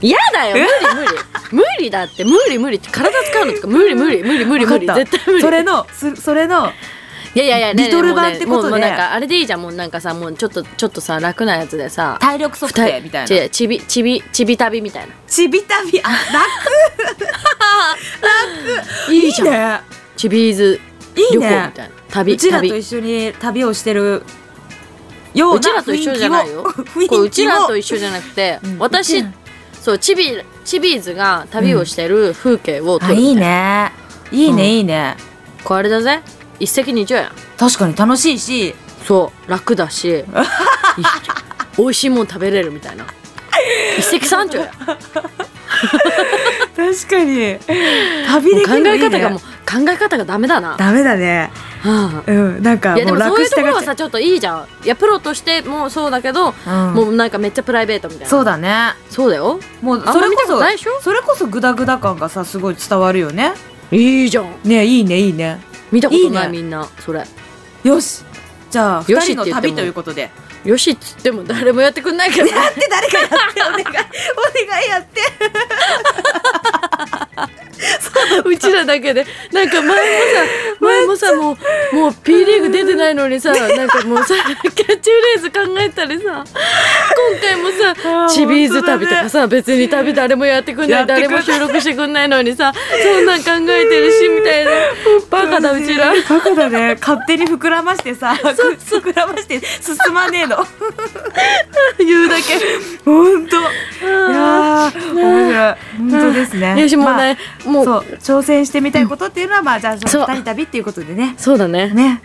[SPEAKER 2] 嫌だよ無理無理無理だって無理無理体使うのとか無理無理無理無理無理
[SPEAKER 1] わかった
[SPEAKER 2] 絶対無理
[SPEAKER 1] それのすそれの
[SPEAKER 2] いやいやいやね
[SPEAKER 1] リトル版ってことで
[SPEAKER 2] もうねもうもうなんかあれでいいじゃんもうなんかさもうちょっとちょっとさ楽なやつでさ
[SPEAKER 1] 体力測定みたいな
[SPEAKER 2] 違うちびちびちび旅みたいな
[SPEAKER 1] ちびたびあ楽
[SPEAKER 2] い
[SPEAKER 1] い
[SPEAKER 2] いじ
[SPEAKER 1] い
[SPEAKER 2] ゃん
[SPEAKER 1] ね
[SPEAKER 2] チビーズ
[SPEAKER 1] いい
[SPEAKER 2] 旅行み
[SPEAKER 1] ね
[SPEAKER 2] たいな旅
[SPEAKER 1] うちらと
[SPEAKER 2] 旅
[SPEAKER 1] 一緒に旅をしてるよう
[SPEAKER 2] う
[SPEAKER 1] な
[SPEAKER 2] ちらと
[SPEAKER 1] 雰
[SPEAKER 2] 一緒
[SPEAKER 1] 囲
[SPEAKER 2] じ
[SPEAKER 1] 気
[SPEAKER 2] ゃ
[SPEAKER 1] を
[SPEAKER 2] ないよ
[SPEAKER 1] *laughs* 雰囲気
[SPEAKER 2] これ
[SPEAKER 1] を
[SPEAKER 2] うちらと一緒じゃなくて
[SPEAKER 1] うんう
[SPEAKER 2] 私
[SPEAKER 1] ちら
[SPEAKER 2] そうチビチビーズが旅をしてる風景を撮
[SPEAKER 1] あ
[SPEAKER 2] る
[SPEAKER 1] いい
[SPEAKER 2] みたい
[SPEAKER 1] ね
[SPEAKER 2] な
[SPEAKER 1] いいね、
[SPEAKER 2] うん
[SPEAKER 1] いいね
[SPEAKER 2] これあれだぜ一石二鳥やん
[SPEAKER 1] 確かに楽しいし
[SPEAKER 2] そう楽だしい
[SPEAKER 1] *laughs*
[SPEAKER 2] い美味しいもん食べれるみたいな一石三鳥や
[SPEAKER 1] 確かに旅
[SPEAKER 2] もう
[SPEAKER 1] でき
[SPEAKER 2] 考
[SPEAKER 1] るのい
[SPEAKER 2] え
[SPEAKER 1] い、ね、
[SPEAKER 2] 方がもう考え方がダメだな、
[SPEAKER 1] ダメだね
[SPEAKER 2] は
[SPEAKER 1] うんなん
[SPEAKER 2] あ
[SPEAKER 1] か
[SPEAKER 2] いやで
[SPEAKER 1] もう
[SPEAKER 2] もそう
[SPEAKER 1] 楽
[SPEAKER 2] いう
[SPEAKER 1] し
[SPEAKER 2] とこ
[SPEAKER 1] た
[SPEAKER 2] ろ
[SPEAKER 1] が
[SPEAKER 2] は
[SPEAKER 1] っちゃ
[SPEAKER 2] さちょっといいじゃんいやプロとしてもそうだけど、
[SPEAKER 1] うん
[SPEAKER 2] もうなんかめっちゃプライベートみたいな
[SPEAKER 1] そうだね
[SPEAKER 2] そうだよ
[SPEAKER 1] もう
[SPEAKER 2] あん
[SPEAKER 1] そ
[SPEAKER 2] ま
[SPEAKER 1] れ
[SPEAKER 2] 見
[SPEAKER 1] こ
[SPEAKER 2] たこと
[SPEAKER 1] そ
[SPEAKER 2] ないでしょ
[SPEAKER 1] それこそグダグダ感がさすごい伝わるよね
[SPEAKER 2] いいじゃん
[SPEAKER 1] ねいいねいいね
[SPEAKER 2] 見たことな
[SPEAKER 1] い
[SPEAKER 2] い
[SPEAKER 1] いね
[SPEAKER 2] みんなそれ
[SPEAKER 1] よしじゃあ
[SPEAKER 2] よ
[SPEAKER 1] 二
[SPEAKER 2] し
[SPEAKER 1] 人
[SPEAKER 2] って言って
[SPEAKER 1] の旅
[SPEAKER 2] も
[SPEAKER 1] ということで
[SPEAKER 2] よしっつっても誰もやってくんないけど
[SPEAKER 1] やって誰かやってお願いお願いやって
[SPEAKER 2] *laughs* うちらだけでなんか前 *laughs* もさ前もさもうもう P リーグ出てないのにさなんかもうさキャッチフレーズ考えたりさ今回も
[SPEAKER 1] あー
[SPEAKER 2] さチビーズ旅とかさ、別に旅誰もやってくんな
[SPEAKER 1] や
[SPEAKER 2] い
[SPEAKER 1] ってくんな
[SPEAKER 2] 誰
[SPEAKER 1] い
[SPEAKER 2] も収録してくんないのにさそんなん考えてるしみ *laughs* たいなバカだうち *laughs* ら。
[SPEAKER 1] バカだね勝手に膨らましてさ膨らまして進まねえの
[SPEAKER 2] 言うだけ
[SPEAKER 1] 本当いやー面白い本当ですね
[SPEAKER 2] よしもうね、
[SPEAKER 1] ま
[SPEAKER 2] も
[SPEAKER 1] あ
[SPEAKER 2] う
[SPEAKER 1] そう挑戦してみたいことっていうのはまあじゃあその
[SPEAKER 2] そう
[SPEAKER 1] 二人旅っていうことでね
[SPEAKER 2] そうだね
[SPEAKER 1] ね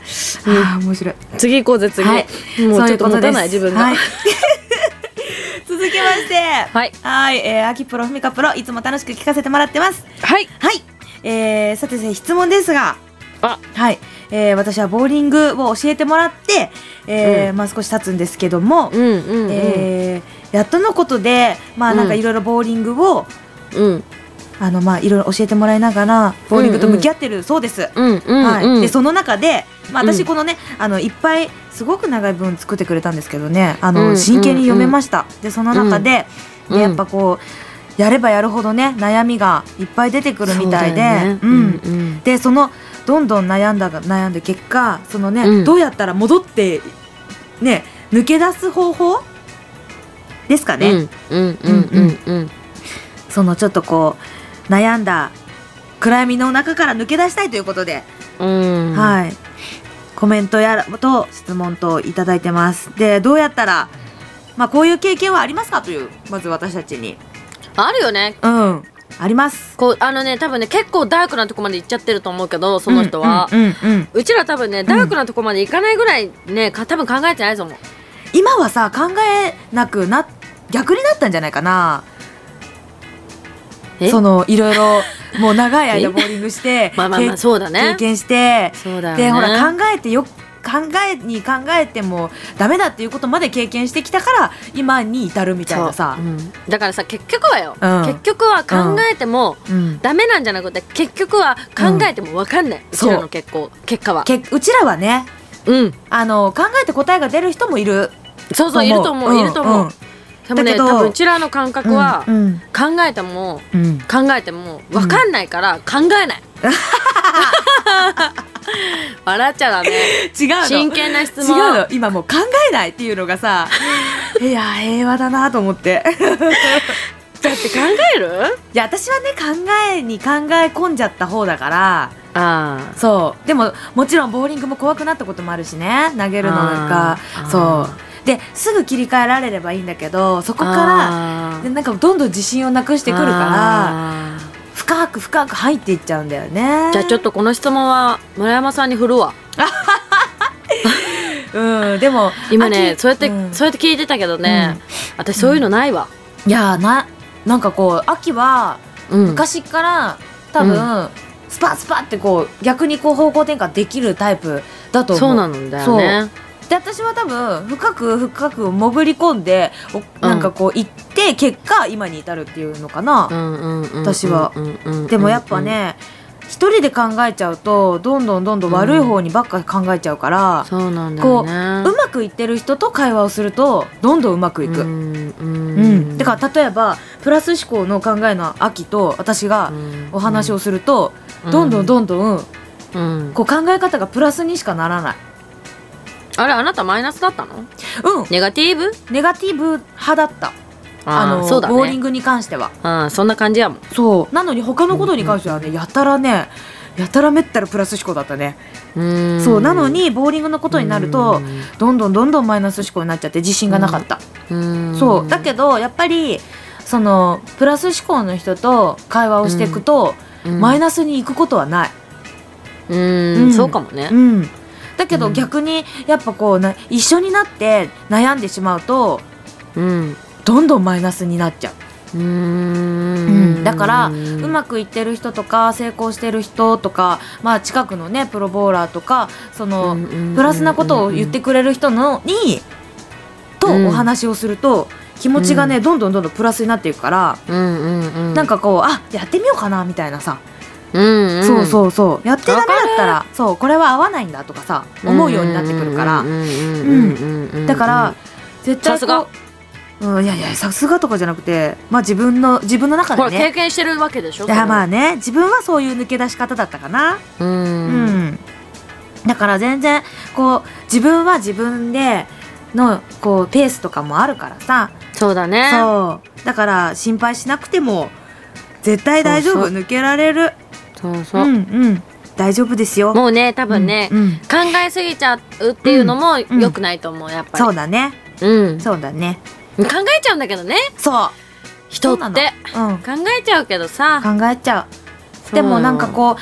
[SPEAKER 1] あー面白い
[SPEAKER 2] 次行こうぜ次、
[SPEAKER 1] はい
[SPEAKER 2] もう
[SPEAKER 1] そう
[SPEAKER 2] ち
[SPEAKER 1] い
[SPEAKER 2] ょっ
[SPEAKER 1] う
[SPEAKER 2] と
[SPEAKER 1] こ
[SPEAKER 2] 持
[SPEAKER 1] とで
[SPEAKER 2] た
[SPEAKER 1] す
[SPEAKER 2] ない自分が、
[SPEAKER 1] はい *laughs* 続きましてはいはいえー秋プロふみかプロいつも楽しく聞かせてもらってます
[SPEAKER 2] はい
[SPEAKER 1] はい、えー、さて質問ですが
[SPEAKER 2] あ
[SPEAKER 1] はい、えー、私はボーリングを教えてもらって、えー
[SPEAKER 2] う
[SPEAKER 1] まあ、少し経つんですけども、
[SPEAKER 2] うんうんうん、
[SPEAKER 1] えーやっとのことでまあなんか
[SPEAKER 2] うん
[SPEAKER 1] いろいろボーリングを、
[SPEAKER 2] うん
[SPEAKER 1] あのまあいろいろ教えてもらいながらボーリングと向き合ってるそうです。
[SPEAKER 2] うんうんうん、
[SPEAKER 1] はい、でその中で、まあ、
[SPEAKER 2] うん
[SPEAKER 1] 私このね、あのいっぱいすごく長い文作ってくれたんですけどねあ
[SPEAKER 2] うん
[SPEAKER 1] の真剣に
[SPEAKER 2] うん
[SPEAKER 1] 読めました、でその中で,、
[SPEAKER 2] うん
[SPEAKER 1] でやっぱこうやればやるほどね悩みがいっぱい出てくるみたいで、
[SPEAKER 2] そうだよね
[SPEAKER 1] う
[SPEAKER 2] うんんうん
[SPEAKER 1] でそのどんどん悩んだが悩んで結果そのね、
[SPEAKER 2] うん
[SPEAKER 1] どうやったら戻ってね抜け出す方法ですかね、
[SPEAKER 2] うんうんうんうんうん
[SPEAKER 1] そのちょっとこう悩んだ暗闇の中から抜け出したいということで、
[SPEAKER 2] うん
[SPEAKER 1] はいコメントやらと質問といただいてますでどうやったらまあこういう経験はありますかというまず私たちに
[SPEAKER 2] あるよね
[SPEAKER 1] うんあります
[SPEAKER 2] こうあのね多分ね結構ダークなとこまで行っちゃってると思うけどその人は、う
[SPEAKER 1] うんうんうんうん
[SPEAKER 2] ちら多分ねダークなとこまで行かないぐらいねか多分考えてないと思う
[SPEAKER 1] 今はさ考えなくな逆になったんじゃないかな
[SPEAKER 2] え
[SPEAKER 1] そのいろい
[SPEAKER 2] *laughs*
[SPEAKER 1] ろもう長い間ボーリングして
[SPEAKER 2] まあまあまあ
[SPEAKER 1] け
[SPEAKER 2] そうだね
[SPEAKER 1] 経験して
[SPEAKER 2] そうだよね
[SPEAKER 1] でほら考えてよ考えに考えてもダメだっていうことまで経験してきたから今に至るみたいなさ
[SPEAKER 2] そううんだからさ結局はよ、
[SPEAKER 1] うん
[SPEAKER 2] 結局は考えても、
[SPEAKER 1] うん
[SPEAKER 2] ダメなんじゃなくて結局は考えても分かんない、うちらの結構結果は
[SPEAKER 1] けうちらはね
[SPEAKER 2] うん
[SPEAKER 1] あの考えて答えが出る人もいる
[SPEAKER 2] そうそういると思う、いると思う、でも
[SPEAKER 1] だ
[SPEAKER 2] ね
[SPEAKER 1] けど
[SPEAKER 2] 多分うちらの感覚は、
[SPEAKER 1] うん
[SPEAKER 2] 考えても
[SPEAKER 1] うんうん
[SPEAKER 2] 考えても分かんないから考えない、笑っちゃダメ
[SPEAKER 1] 違うの
[SPEAKER 2] 真剣な質
[SPEAKER 1] 違う
[SPEAKER 2] 問
[SPEAKER 1] の今もう考えないっていうのが
[SPEAKER 2] *laughs*
[SPEAKER 1] さいや平和だなと思って。
[SPEAKER 2] だって考える
[SPEAKER 1] いや私はね考えに考え込んじゃった方だから
[SPEAKER 2] ああ
[SPEAKER 1] そうでももちろんボーリングも怖くなったこともあるしね投げるのが
[SPEAKER 2] あー
[SPEAKER 1] そ
[SPEAKER 2] あ
[SPEAKER 1] うですぐ切り替えられればいいんだけどそこか
[SPEAKER 2] あ
[SPEAKER 1] ら
[SPEAKER 2] ー
[SPEAKER 1] でなんかどんどん自信をなくしてくるから
[SPEAKER 2] あ
[SPEAKER 1] 深く深く入っていっちゃうんだよね
[SPEAKER 2] ーじゃあちょっとこの質問は村山さんに振るわ
[SPEAKER 1] うんでも
[SPEAKER 2] 今ね
[SPEAKER 1] 秋
[SPEAKER 2] そうやって、
[SPEAKER 1] ん
[SPEAKER 2] そうやって聞いてたけどね、私そういうのないわ、
[SPEAKER 1] いやーななんかこう秋は
[SPEAKER 2] うん
[SPEAKER 1] 昔から多分、スパッスパッってこう逆にこう方向転換できるタイプだと思う
[SPEAKER 2] そうなんだよね
[SPEAKER 1] で私は多分深く深く潜り込んでおなんかこう行って結果今に至るっていうのかな、私
[SPEAKER 2] 私
[SPEAKER 1] はでもやっぱね、一人で考えちゃうとどんどんどんどん悪い方にばっか考えちゃうから、
[SPEAKER 2] そうなんだよね
[SPEAKER 1] うまくいってる人と会話をするとどんどんうまくいく、うん
[SPEAKER 2] うん
[SPEAKER 1] だから例えばプラス思考の考えの秋と私がお話をすると、どんどんどんどん
[SPEAKER 2] うん
[SPEAKER 1] こう考え方がプラスにしかならない
[SPEAKER 2] あれあなたマイナスだったの
[SPEAKER 1] うん
[SPEAKER 2] ネガティブ
[SPEAKER 1] ネガティブ派だったあ
[SPEAKER 2] あ
[SPEAKER 1] の
[SPEAKER 2] のそうだ
[SPEAKER 1] ボーリン
[SPEAKER 2] ね
[SPEAKER 1] グに関しては
[SPEAKER 2] うんそんな感じやもん
[SPEAKER 1] そうなのに他のことに関してはねやたらねやたらめったらプラス思考だったね、
[SPEAKER 2] うん
[SPEAKER 1] そうなのにボーリングのことになると、どんどんどんどんマイナス思考になっちゃって自信がなかった、
[SPEAKER 2] うん
[SPEAKER 1] そうだけどやっぱりそのプラス思考の人と会話をしていくと、
[SPEAKER 2] うん
[SPEAKER 1] マイナスに行くことはない、
[SPEAKER 2] うん
[SPEAKER 1] うん
[SPEAKER 2] そうかもね
[SPEAKER 1] うんだけど
[SPEAKER 2] うん
[SPEAKER 1] 逆にやっぱこうな一緒になって悩んでしまうと
[SPEAKER 2] うん
[SPEAKER 1] どんどんマイナスになっちゃう
[SPEAKER 2] うん
[SPEAKER 1] だからう
[SPEAKER 2] く
[SPEAKER 1] まくいってる人とか成功してる人とか、まあ、近くのねプロボーラーとかその、プラスなことを言ってくれる人のにと
[SPEAKER 2] うん
[SPEAKER 1] お話をすると気持ちがねどんどんどんどんプラスになっていくから、
[SPEAKER 2] うんうんうん
[SPEAKER 1] なんかこうあやってみようかなみたいなさ、
[SPEAKER 2] うんうん
[SPEAKER 1] そうそうそうやってダメだったらそうこれは合わないんだとかさ思うようになってくるから、だから絶対こう
[SPEAKER 2] さすが
[SPEAKER 1] うん、いやいやさすがとかじゃなくてまあ自分の自分の中
[SPEAKER 2] ほら
[SPEAKER 1] でね
[SPEAKER 2] 経験してるわけでしょ
[SPEAKER 1] いやまあ
[SPEAKER 2] あ
[SPEAKER 1] ね自分はそういう抜け出し方だったかなう
[SPEAKER 2] う
[SPEAKER 1] ん、
[SPEAKER 2] ん
[SPEAKER 1] だから全然こう自分は自分でのこうペースとかもあるからさ、
[SPEAKER 2] そうだね
[SPEAKER 1] そうだから心配しなくても絶対大丈夫
[SPEAKER 2] そうそ
[SPEAKER 1] 抜けられる
[SPEAKER 2] そうそううん
[SPEAKER 1] うん大丈夫ですよ
[SPEAKER 2] もうね多分ね、
[SPEAKER 1] うんうん
[SPEAKER 2] 考えすぎちゃうっていうのも
[SPEAKER 1] うん
[SPEAKER 2] 良くないと思うやっぱり
[SPEAKER 1] そうだね
[SPEAKER 2] うん、考
[SPEAKER 1] そうだね
[SPEAKER 2] えちゃうんだけどね
[SPEAKER 1] そう
[SPEAKER 2] 人っ
[SPEAKER 1] そう
[SPEAKER 2] て
[SPEAKER 1] なのうん
[SPEAKER 2] 考えちゃうけどさ
[SPEAKER 1] 考えちゃうでもなんかこう考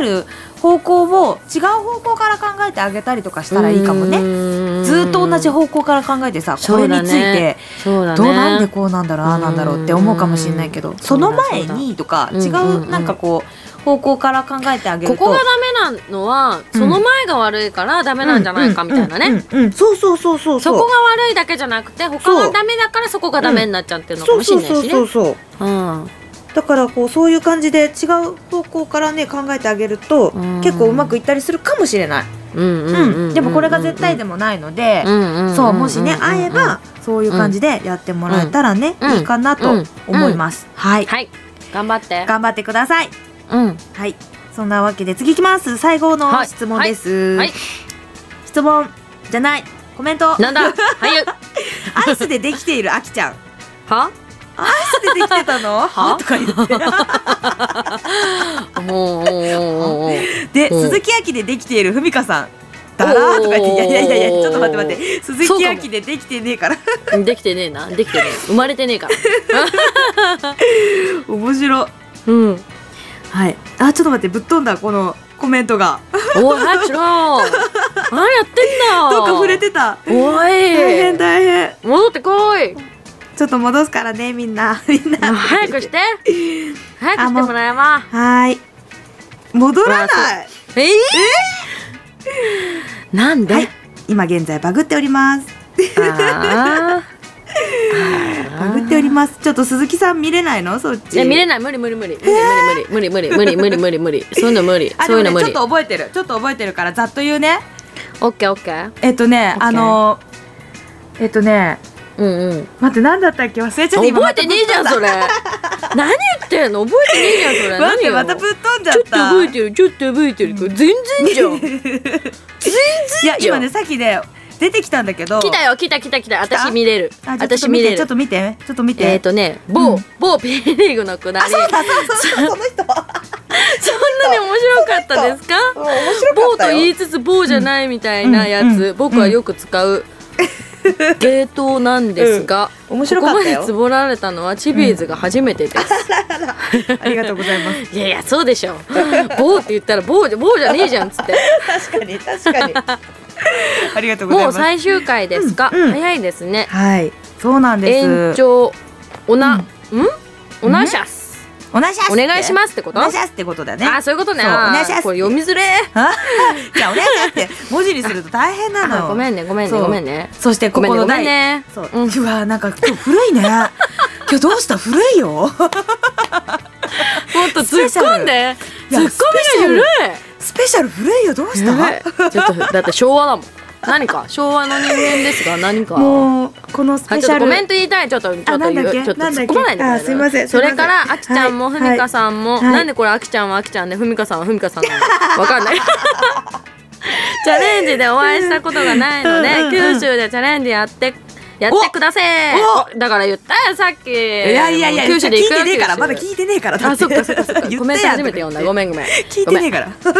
[SPEAKER 1] える方向を違う方向から考えてあげたりとかしたらいいかもね
[SPEAKER 2] ね
[SPEAKER 1] ずっと同じ方向から考えてさ、こ
[SPEAKER 2] そ
[SPEAKER 1] れ
[SPEAKER 2] う
[SPEAKER 1] に
[SPEAKER 2] だね
[SPEAKER 1] ついて
[SPEAKER 2] そうだね
[SPEAKER 1] どうなんでこうなんだろうああなんだろうって思うかもしれないけど
[SPEAKER 2] うん
[SPEAKER 1] その前にとか
[SPEAKER 2] そうだ
[SPEAKER 1] 違
[SPEAKER 2] そうだうんうんう
[SPEAKER 1] うんなんかこう方向から考えてあげる
[SPEAKER 2] ことこがダメなのはその前が悪いからダメなんじゃないかみたいなね、
[SPEAKER 1] うんうんうんうんそうそうそうそう
[SPEAKER 2] そうこが悪いだけじゃなくて他
[SPEAKER 1] そ
[SPEAKER 2] が
[SPEAKER 1] う
[SPEAKER 2] ダメだからそこがダメになっちゃってるのか
[SPEAKER 1] そ
[SPEAKER 2] も
[SPEAKER 1] う
[SPEAKER 2] し
[SPEAKER 1] そ
[SPEAKER 2] れ
[SPEAKER 1] う
[SPEAKER 2] ない
[SPEAKER 1] そう
[SPEAKER 2] しね
[SPEAKER 1] そうそう
[SPEAKER 2] うん
[SPEAKER 1] だからこうそういう感じで違う方向からね考えてあげると
[SPEAKER 2] うん
[SPEAKER 1] 結構うまくいったりするかもしれない
[SPEAKER 2] うんうんうん
[SPEAKER 1] うん、でもこれが絶対でもないので、そうもしね会えばそういう感じでやってもらえたらね、
[SPEAKER 2] うん
[SPEAKER 1] いいかなと思います、はい、
[SPEAKER 2] はい頑張って
[SPEAKER 1] 頑張ってください
[SPEAKER 2] うん
[SPEAKER 1] はいそんなわけで次いきます最後の質問です、
[SPEAKER 2] はい
[SPEAKER 1] 質問じゃないコメント
[SPEAKER 2] なんだはい
[SPEAKER 1] *laughs* アイスでできているあきちゃん
[SPEAKER 2] は
[SPEAKER 1] アイスでできてたのはとか言って
[SPEAKER 2] もうおーおーおー
[SPEAKER 1] で
[SPEAKER 2] うん
[SPEAKER 1] 鈴木亜希でできているふみかさんだらーとか言っていやいやいやいやちょっと待って待って鈴木亜希でできてねえから
[SPEAKER 2] おーできてねえなできてねえ生まれてねえから
[SPEAKER 1] 面白
[SPEAKER 2] うん
[SPEAKER 1] はいあちょっと待ってぶっ飛んだこのコメントが
[SPEAKER 2] おい早くしろ何やってんだ
[SPEAKER 1] どっか触れてた
[SPEAKER 2] おい
[SPEAKER 1] 大変大変
[SPEAKER 2] 戻ってこい
[SPEAKER 1] ちょっと戻すからねみんなみん
[SPEAKER 2] もう
[SPEAKER 1] な
[SPEAKER 2] 早くして早くしてもらえま
[SPEAKER 1] はーい戻らない
[SPEAKER 2] ええなんで、
[SPEAKER 1] はい今現在バグっております
[SPEAKER 2] あー
[SPEAKER 1] バグっておりますちょっと鈴木さん見れないのそっち
[SPEAKER 2] いや見れない無理無理無理無理無理無理無理無理無理無理無理無
[SPEAKER 1] *laughs*
[SPEAKER 2] 理そういうの無理
[SPEAKER 1] あ
[SPEAKER 2] そういう
[SPEAKER 1] で
[SPEAKER 2] の
[SPEAKER 1] も
[SPEAKER 2] 無
[SPEAKER 1] ねちょっと
[SPEAKER 2] 理
[SPEAKER 1] 覚えてるちょっと覚えてるからざっと言うね
[SPEAKER 2] オッケーオッケー
[SPEAKER 1] えっとね
[SPEAKER 2] OK
[SPEAKER 1] あのえっとね
[SPEAKER 2] うんうん
[SPEAKER 1] 待って何だったっけ忘れちゃった今
[SPEAKER 2] 覚
[SPEAKER 1] ま
[SPEAKER 2] え
[SPEAKER 1] た
[SPEAKER 2] てねえじゃんそれ *laughs* 何言ってんの覚えてねえじゃんそ
[SPEAKER 1] *laughs*
[SPEAKER 2] れ
[SPEAKER 1] 待って
[SPEAKER 2] 何よ
[SPEAKER 1] またぶっ飛んじゃ
[SPEAKER 2] ち
[SPEAKER 1] っ
[SPEAKER 2] ょっと
[SPEAKER 1] た
[SPEAKER 2] 覚えてるちょっと覚えてるこれ全然じゃ
[SPEAKER 1] *laughs*
[SPEAKER 2] ん全
[SPEAKER 1] いや
[SPEAKER 2] 然じゃ
[SPEAKER 1] 今
[SPEAKER 2] ん
[SPEAKER 1] ねさっきね出てきたんだけど
[SPEAKER 2] 来たよ来た来た来た私見れる
[SPEAKER 1] あじゃあちょっ
[SPEAKER 2] 私
[SPEAKER 1] と見
[SPEAKER 2] 見
[SPEAKER 1] てちょ
[SPEAKER 2] れ
[SPEAKER 1] っ
[SPEAKER 2] る
[SPEAKER 1] と見てちょっと見て
[SPEAKER 2] えっとね某
[SPEAKER 1] うん
[SPEAKER 2] 某 P リーグのくだり
[SPEAKER 1] あそうだそうそうそうその人
[SPEAKER 2] そんなに面白かったですか
[SPEAKER 1] うん面白か
[SPEAKER 2] 棒
[SPEAKER 1] っ
[SPEAKER 2] と
[SPEAKER 1] たよ
[SPEAKER 2] 言いつつ棒じゃないみたいなや
[SPEAKER 1] うんうん
[SPEAKER 2] つ僕はよく使う芸当なんですが
[SPEAKER 1] うん面
[SPEAKER 2] こ
[SPEAKER 1] 白
[SPEAKER 2] こ
[SPEAKER 1] かっ
[SPEAKER 2] ま
[SPEAKER 1] た
[SPEAKER 2] で
[SPEAKER 1] よ
[SPEAKER 2] つぼられたのはチビーズが初めてです
[SPEAKER 1] ありがとうございます
[SPEAKER 2] いやいやそうでしょ棒って言ったら棒じゃ棒じゃねえじゃんっつ
[SPEAKER 1] *laughs*
[SPEAKER 2] って
[SPEAKER 1] 確かに確かにありがとうござい
[SPEAKER 2] も
[SPEAKER 1] ま
[SPEAKER 2] う
[SPEAKER 1] す
[SPEAKER 2] 最終回ですか
[SPEAKER 1] うんうん
[SPEAKER 2] 早いですね
[SPEAKER 1] はいそうなんです
[SPEAKER 2] 延長おなうんおなしゃす
[SPEAKER 1] お願いします
[SPEAKER 2] お願いしますってこ
[SPEAKER 1] お
[SPEAKER 2] と
[SPEAKER 1] 願いしますってことだね
[SPEAKER 2] あそういうことね
[SPEAKER 1] そうお願いし
[SPEAKER 2] あ
[SPEAKER 1] ま
[SPEAKER 2] ー
[SPEAKER 1] す
[SPEAKER 2] これ読みづれー
[SPEAKER 1] あ *laughs* じゃあお願いしますって文字にすると大変なの
[SPEAKER 2] あ
[SPEAKER 1] よ
[SPEAKER 2] ごめんねごめん
[SPEAKER 1] そ
[SPEAKER 2] ね
[SPEAKER 1] う
[SPEAKER 2] ごめんね
[SPEAKER 1] そして
[SPEAKER 2] ご
[SPEAKER 1] こ
[SPEAKER 2] めん
[SPEAKER 1] こ
[SPEAKER 2] ね
[SPEAKER 1] の
[SPEAKER 2] ごめ
[SPEAKER 1] 第
[SPEAKER 2] んね
[SPEAKER 1] そう、
[SPEAKER 2] う
[SPEAKER 1] うんわなんか今日古
[SPEAKER 2] *laughs*
[SPEAKER 1] いね今日どうした古いよ
[SPEAKER 2] もっと突っ込んで
[SPEAKER 1] いや
[SPEAKER 2] 突っ込みが緩い
[SPEAKER 1] スペシャル古いよどうし
[SPEAKER 2] や
[SPEAKER 1] た
[SPEAKER 2] ばいちょっとだって昭和だもん何か昭和の人間ですが何か
[SPEAKER 1] もうこのス
[SPEAKER 2] は
[SPEAKER 1] ペ
[SPEAKER 2] い、
[SPEAKER 1] シ
[SPEAKER 2] ちょっ
[SPEAKER 1] ャ
[SPEAKER 2] と
[SPEAKER 1] ル、
[SPEAKER 2] コメント言いたいちょっとちょっと
[SPEAKER 1] あなんだっけ
[SPEAKER 2] 言うちょっと
[SPEAKER 1] なんだっ
[SPEAKER 2] 突っ
[SPEAKER 1] け
[SPEAKER 2] 込まないでく
[SPEAKER 1] あ
[SPEAKER 2] ださい
[SPEAKER 1] すいませんすい
[SPEAKER 2] そ
[SPEAKER 1] ません
[SPEAKER 2] れからあきちゃんも
[SPEAKER 1] はい
[SPEAKER 2] ふみかさんも、
[SPEAKER 1] はい
[SPEAKER 2] なんでこれあきちゃんはあきちゃんでふみかさんはふみかさんなのわ
[SPEAKER 1] *laughs*
[SPEAKER 2] かんないチャレンジでお会いしたことがないの
[SPEAKER 1] うんうんうん
[SPEAKER 2] で九州でチャレンジやってやってください
[SPEAKER 1] お
[SPEAKER 2] だから言ったよさっきい
[SPEAKER 1] いやいやいや
[SPEAKER 2] 九州で
[SPEAKER 1] 聞
[SPEAKER 2] 行
[SPEAKER 1] い
[SPEAKER 2] く
[SPEAKER 1] てねえから
[SPEAKER 2] 九州
[SPEAKER 1] まだ聞いてねえからだ
[SPEAKER 2] あそっかそっかそっか
[SPEAKER 1] *laughs* 言
[SPEAKER 2] コメン
[SPEAKER 1] っ
[SPEAKER 2] ト
[SPEAKER 1] たやん
[SPEAKER 2] 初めて読んだごめんごめん
[SPEAKER 1] 聞いてねえから *laughs*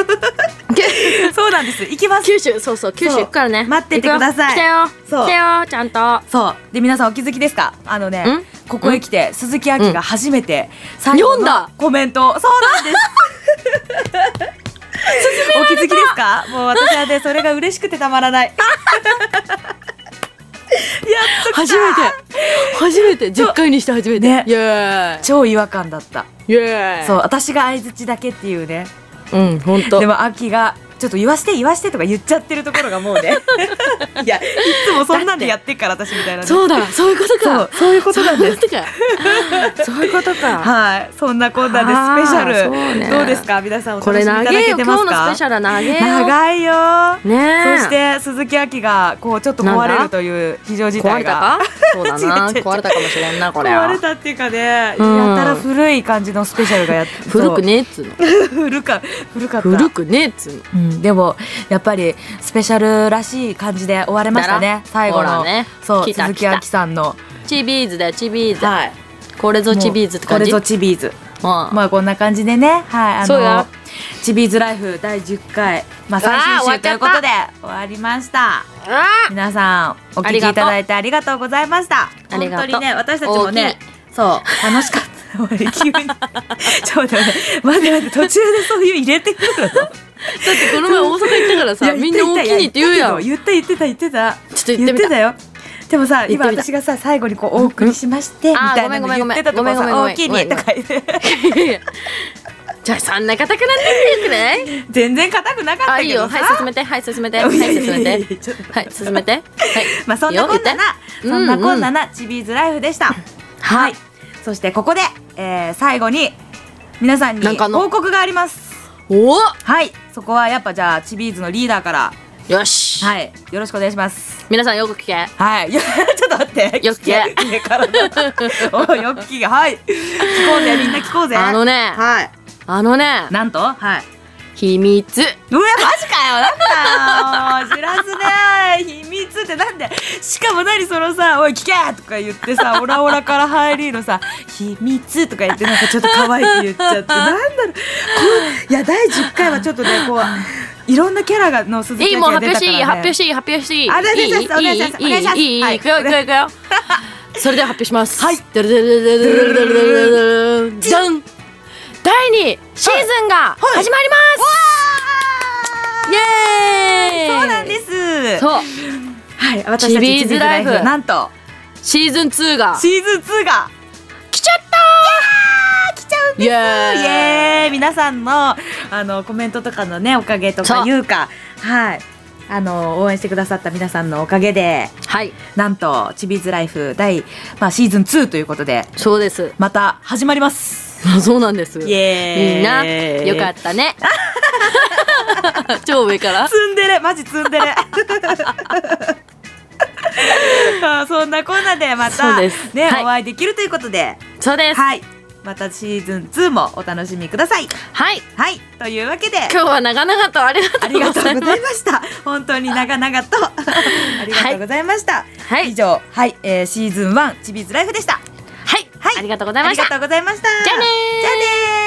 [SPEAKER 1] そうなんです行きます
[SPEAKER 2] 九州そうそう九州行くからね
[SPEAKER 1] そう待っててください
[SPEAKER 2] 行くよ来て
[SPEAKER 1] そう
[SPEAKER 2] よ来てよちゃんと
[SPEAKER 1] そうで皆さんお気づきですかあのね
[SPEAKER 2] ん
[SPEAKER 1] ここへ来て鈴木亜希が初めて最後
[SPEAKER 2] 読ん
[SPEAKER 1] の
[SPEAKER 2] だ
[SPEAKER 1] コメントそうなんです
[SPEAKER 2] *laughs*
[SPEAKER 1] お気づきですかもう私はねそれが嬉しくてたまらないやっと来た
[SPEAKER 2] 初めて初めて10回にして初めて、
[SPEAKER 1] ね
[SPEAKER 2] イエーイ
[SPEAKER 1] 超違和感だった
[SPEAKER 2] イエーイ
[SPEAKER 1] そう私が相づちだけっていうね
[SPEAKER 2] うん本当
[SPEAKER 1] でも秋がちょっと言わして言わしてとか言っちゃってるところがもう
[SPEAKER 2] *laughs*
[SPEAKER 1] ねいやいつもそんなんでやってっから私みたいなね
[SPEAKER 2] そうだそういうこと
[SPEAKER 1] そ
[SPEAKER 2] か
[SPEAKER 1] うそういうことなんです
[SPEAKER 2] そういうことかそういうことか
[SPEAKER 1] *laughs* はいそんなこんなでスペシャ
[SPEAKER 2] あーそう
[SPEAKER 1] ル、
[SPEAKER 2] ね
[SPEAKER 1] どうですか皆さんお
[SPEAKER 2] こ
[SPEAKER 1] 楽しみ
[SPEAKER 2] れ
[SPEAKER 1] いただ
[SPEAKER 2] 長え
[SPEAKER 1] け
[SPEAKER 2] よ
[SPEAKER 1] て
[SPEAKER 2] 今
[SPEAKER 1] ます
[SPEAKER 2] 日のス
[SPEAKER 1] か
[SPEAKER 2] ペシャルは長えよ
[SPEAKER 1] 長いよ
[SPEAKER 2] ねえ
[SPEAKER 1] そして鈴木亜希がこうちょっと壊れるという非常事
[SPEAKER 2] 壊れ
[SPEAKER 1] 態
[SPEAKER 2] た
[SPEAKER 1] が
[SPEAKER 2] かそうだな
[SPEAKER 1] *laughs* 違う違う違う
[SPEAKER 2] 壊れたかもしれんなこれ
[SPEAKER 1] 壊
[SPEAKER 2] は
[SPEAKER 1] れたっていうかね、
[SPEAKER 2] うん
[SPEAKER 1] やたら古い感じのスペシャルがやっ
[SPEAKER 2] 古くねえっつうの
[SPEAKER 1] そう古か古かった
[SPEAKER 2] 古くねえっつうの
[SPEAKER 1] うん、でもやっぱりスペシャルらしい感じで終われましたね最後の、
[SPEAKER 2] ほらね
[SPEAKER 1] そう
[SPEAKER 2] 来た
[SPEAKER 1] 鈴木亜希さんの
[SPEAKER 2] チビーズだよチビーズ、
[SPEAKER 1] はい
[SPEAKER 2] これぞチビーズって
[SPEAKER 1] こ
[SPEAKER 2] 感
[SPEAKER 1] れ
[SPEAKER 2] じ
[SPEAKER 1] ぞチビーズ
[SPEAKER 2] うん
[SPEAKER 1] まあこんな感じでねはいあ
[SPEAKER 2] そうよ
[SPEAKER 1] のチビーズライフ第10回まあ最
[SPEAKER 2] あー
[SPEAKER 1] 終週と
[SPEAKER 2] 終
[SPEAKER 1] い
[SPEAKER 2] わ
[SPEAKER 1] う
[SPEAKER 2] っ
[SPEAKER 1] ことで
[SPEAKER 2] ち
[SPEAKER 1] 終わりました
[SPEAKER 2] あ
[SPEAKER 1] 皆さんお聞きいただいてありがとうございました
[SPEAKER 2] あり
[SPEAKER 1] 本
[SPEAKER 2] がと
[SPEAKER 1] 当
[SPEAKER 2] う
[SPEAKER 1] にね私たちもねそう楽しかった俺
[SPEAKER 2] *laughs*
[SPEAKER 1] 急にちょっと待って待って待って途中でそういう入れてくるの
[SPEAKER 2] だってこの前大阪行ったから
[SPEAKER 1] い
[SPEAKER 2] さ
[SPEAKER 1] や
[SPEAKER 2] みんな大きいにって言うやんちょ
[SPEAKER 1] 言った言ってた言ってた
[SPEAKER 2] っと言っ
[SPEAKER 1] 言
[SPEAKER 2] て
[SPEAKER 1] っ
[SPEAKER 2] み
[SPEAKER 1] て
[SPEAKER 2] た
[SPEAKER 1] たよでもさ
[SPEAKER 2] 言って
[SPEAKER 1] 今
[SPEAKER 2] みた
[SPEAKER 1] 私がさ最後にこうお送りしましてみ
[SPEAKER 2] うん
[SPEAKER 1] たいなの
[SPEAKER 2] あーごめんご
[SPEAKER 1] 言っ
[SPEAKER 2] めん
[SPEAKER 1] てたところ
[SPEAKER 2] ごめんご
[SPEAKER 1] さ「
[SPEAKER 2] めん
[SPEAKER 1] 大きいに」とか言って
[SPEAKER 2] じゃあそんな硬くなってくれい
[SPEAKER 1] 全然硬くなかった
[SPEAKER 2] あ
[SPEAKER 1] け
[SPEAKER 2] いいよ
[SPEAKER 1] どさ
[SPEAKER 2] はい進めてはい進
[SPEAKER 1] *laughs*
[SPEAKER 2] めてはい
[SPEAKER 1] いやいや
[SPEAKER 2] 進め
[SPEAKER 1] いやい
[SPEAKER 2] て
[SPEAKER 1] やちょっと
[SPEAKER 2] はい進めてはい
[SPEAKER 1] *laughs* まあそんなこんなな
[SPEAKER 2] うん
[SPEAKER 1] そんなこんななチビーズライフでしたはいそしてここでえー最後に皆さん
[SPEAKER 2] な
[SPEAKER 1] に
[SPEAKER 2] んかあの
[SPEAKER 1] 報告があります
[SPEAKER 2] お
[SPEAKER 1] はいそこはやっぱじゃあチビーズのリーダーから
[SPEAKER 2] よし、
[SPEAKER 1] はいよろしくお願いします
[SPEAKER 2] 皆さんよく聞け
[SPEAKER 1] はいいやちょっと待って
[SPEAKER 2] よく聞け
[SPEAKER 1] 聞け体が *laughs* おいよく聞けはい聞こうぜみんな聞こうぜ
[SPEAKER 2] あのね
[SPEAKER 1] はい
[SPEAKER 2] あのね
[SPEAKER 1] なんとはい
[SPEAKER 2] 秘密
[SPEAKER 1] うわマジか *laughs* よなんだよ知らずない秘密ってなんでしかも何そのさ「おい聞け!」とか言ってさオラオラから入りのさ「秘密」とか言ってなんかちょっと可愛く言っちゃってなんだろうこういや第10回はちょっとねこういろんなキャラがの鈴木
[SPEAKER 2] いい
[SPEAKER 1] 亜
[SPEAKER 2] も
[SPEAKER 1] 希
[SPEAKER 2] う
[SPEAKER 1] が
[SPEAKER 2] 発
[SPEAKER 1] 出
[SPEAKER 2] 表
[SPEAKER 1] たから、ね、
[SPEAKER 2] していい発表していい発表していい
[SPEAKER 1] あお願い
[SPEAKER 2] いいいい
[SPEAKER 1] しますお願いしますお願いします
[SPEAKER 2] いいいいいい
[SPEAKER 1] はい
[SPEAKER 2] いくよいくよいくよそれでは発表します
[SPEAKER 1] はい
[SPEAKER 2] ドゥルドゥルドゥルドゥルドゥルドゥルドゥルドゥルじゃん第二シーズンが始まりますイエーイ
[SPEAKER 1] そうなんです
[SPEAKER 2] そう
[SPEAKER 1] はい私たちチビーズライフ
[SPEAKER 2] チビーズライフ
[SPEAKER 1] なんと
[SPEAKER 2] シーズン2が
[SPEAKER 1] シーズン2が
[SPEAKER 2] 来ちゃった
[SPEAKER 1] あ来ちゃうん
[SPEAKER 2] イエーイ
[SPEAKER 1] イエーイ皆さんのあのコメントとかのねおかげと
[SPEAKER 2] そ
[SPEAKER 1] か
[SPEAKER 2] う
[SPEAKER 1] いうかはいあの応援してくださった皆さんのおかげで
[SPEAKER 2] はい
[SPEAKER 1] なんと「チビーズライフ第」まあ、シーズン2ということで
[SPEAKER 2] そうです *laughs*
[SPEAKER 1] また始まります
[SPEAKER 2] そうなんです
[SPEAKER 1] イエーイ
[SPEAKER 2] みんなよかっ
[SPEAKER 1] *laughs*
[SPEAKER 2] たね超上から
[SPEAKER 1] ツンデレマジツンデ
[SPEAKER 2] *laughs*
[SPEAKER 1] レあそんなこんなでまた
[SPEAKER 2] そう
[SPEAKER 1] ね
[SPEAKER 2] ですはい
[SPEAKER 1] お会いできるということで
[SPEAKER 2] そうです
[SPEAKER 1] はいまたシーズン2もお楽しみください
[SPEAKER 2] はい
[SPEAKER 1] はいというわけで
[SPEAKER 2] 今日は長々とありが
[SPEAKER 1] あ
[SPEAKER 2] と
[SPEAKER 1] り
[SPEAKER 2] うご
[SPEAKER 1] がとうご
[SPEAKER 2] ざ
[SPEAKER 1] ざ
[SPEAKER 2] い
[SPEAKER 1] い
[SPEAKER 2] ます
[SPEAKER 1] ま
[SPEAKER 2] *laughs*
[SPEAKER 1] した。本当に長々とありがとうございました。
[SPEAKER 2] はい
[SPEAKER 1] 以上、はい、えー、シーズン1チビーズライフでした。
[SPEAKER 2] はい、
[SPEAKER 1] はい
[SPEAKER 2] ありがとうござい
[SPEAKER 1] あ
[SPEAKER 2] ま
[SPEAKER 1] り
[SPEAKER 2] した
[SPEAKER 1] がとうございました。
[SPEAKER 2] じゃあねー
[SPEAKER 1] じゃあねー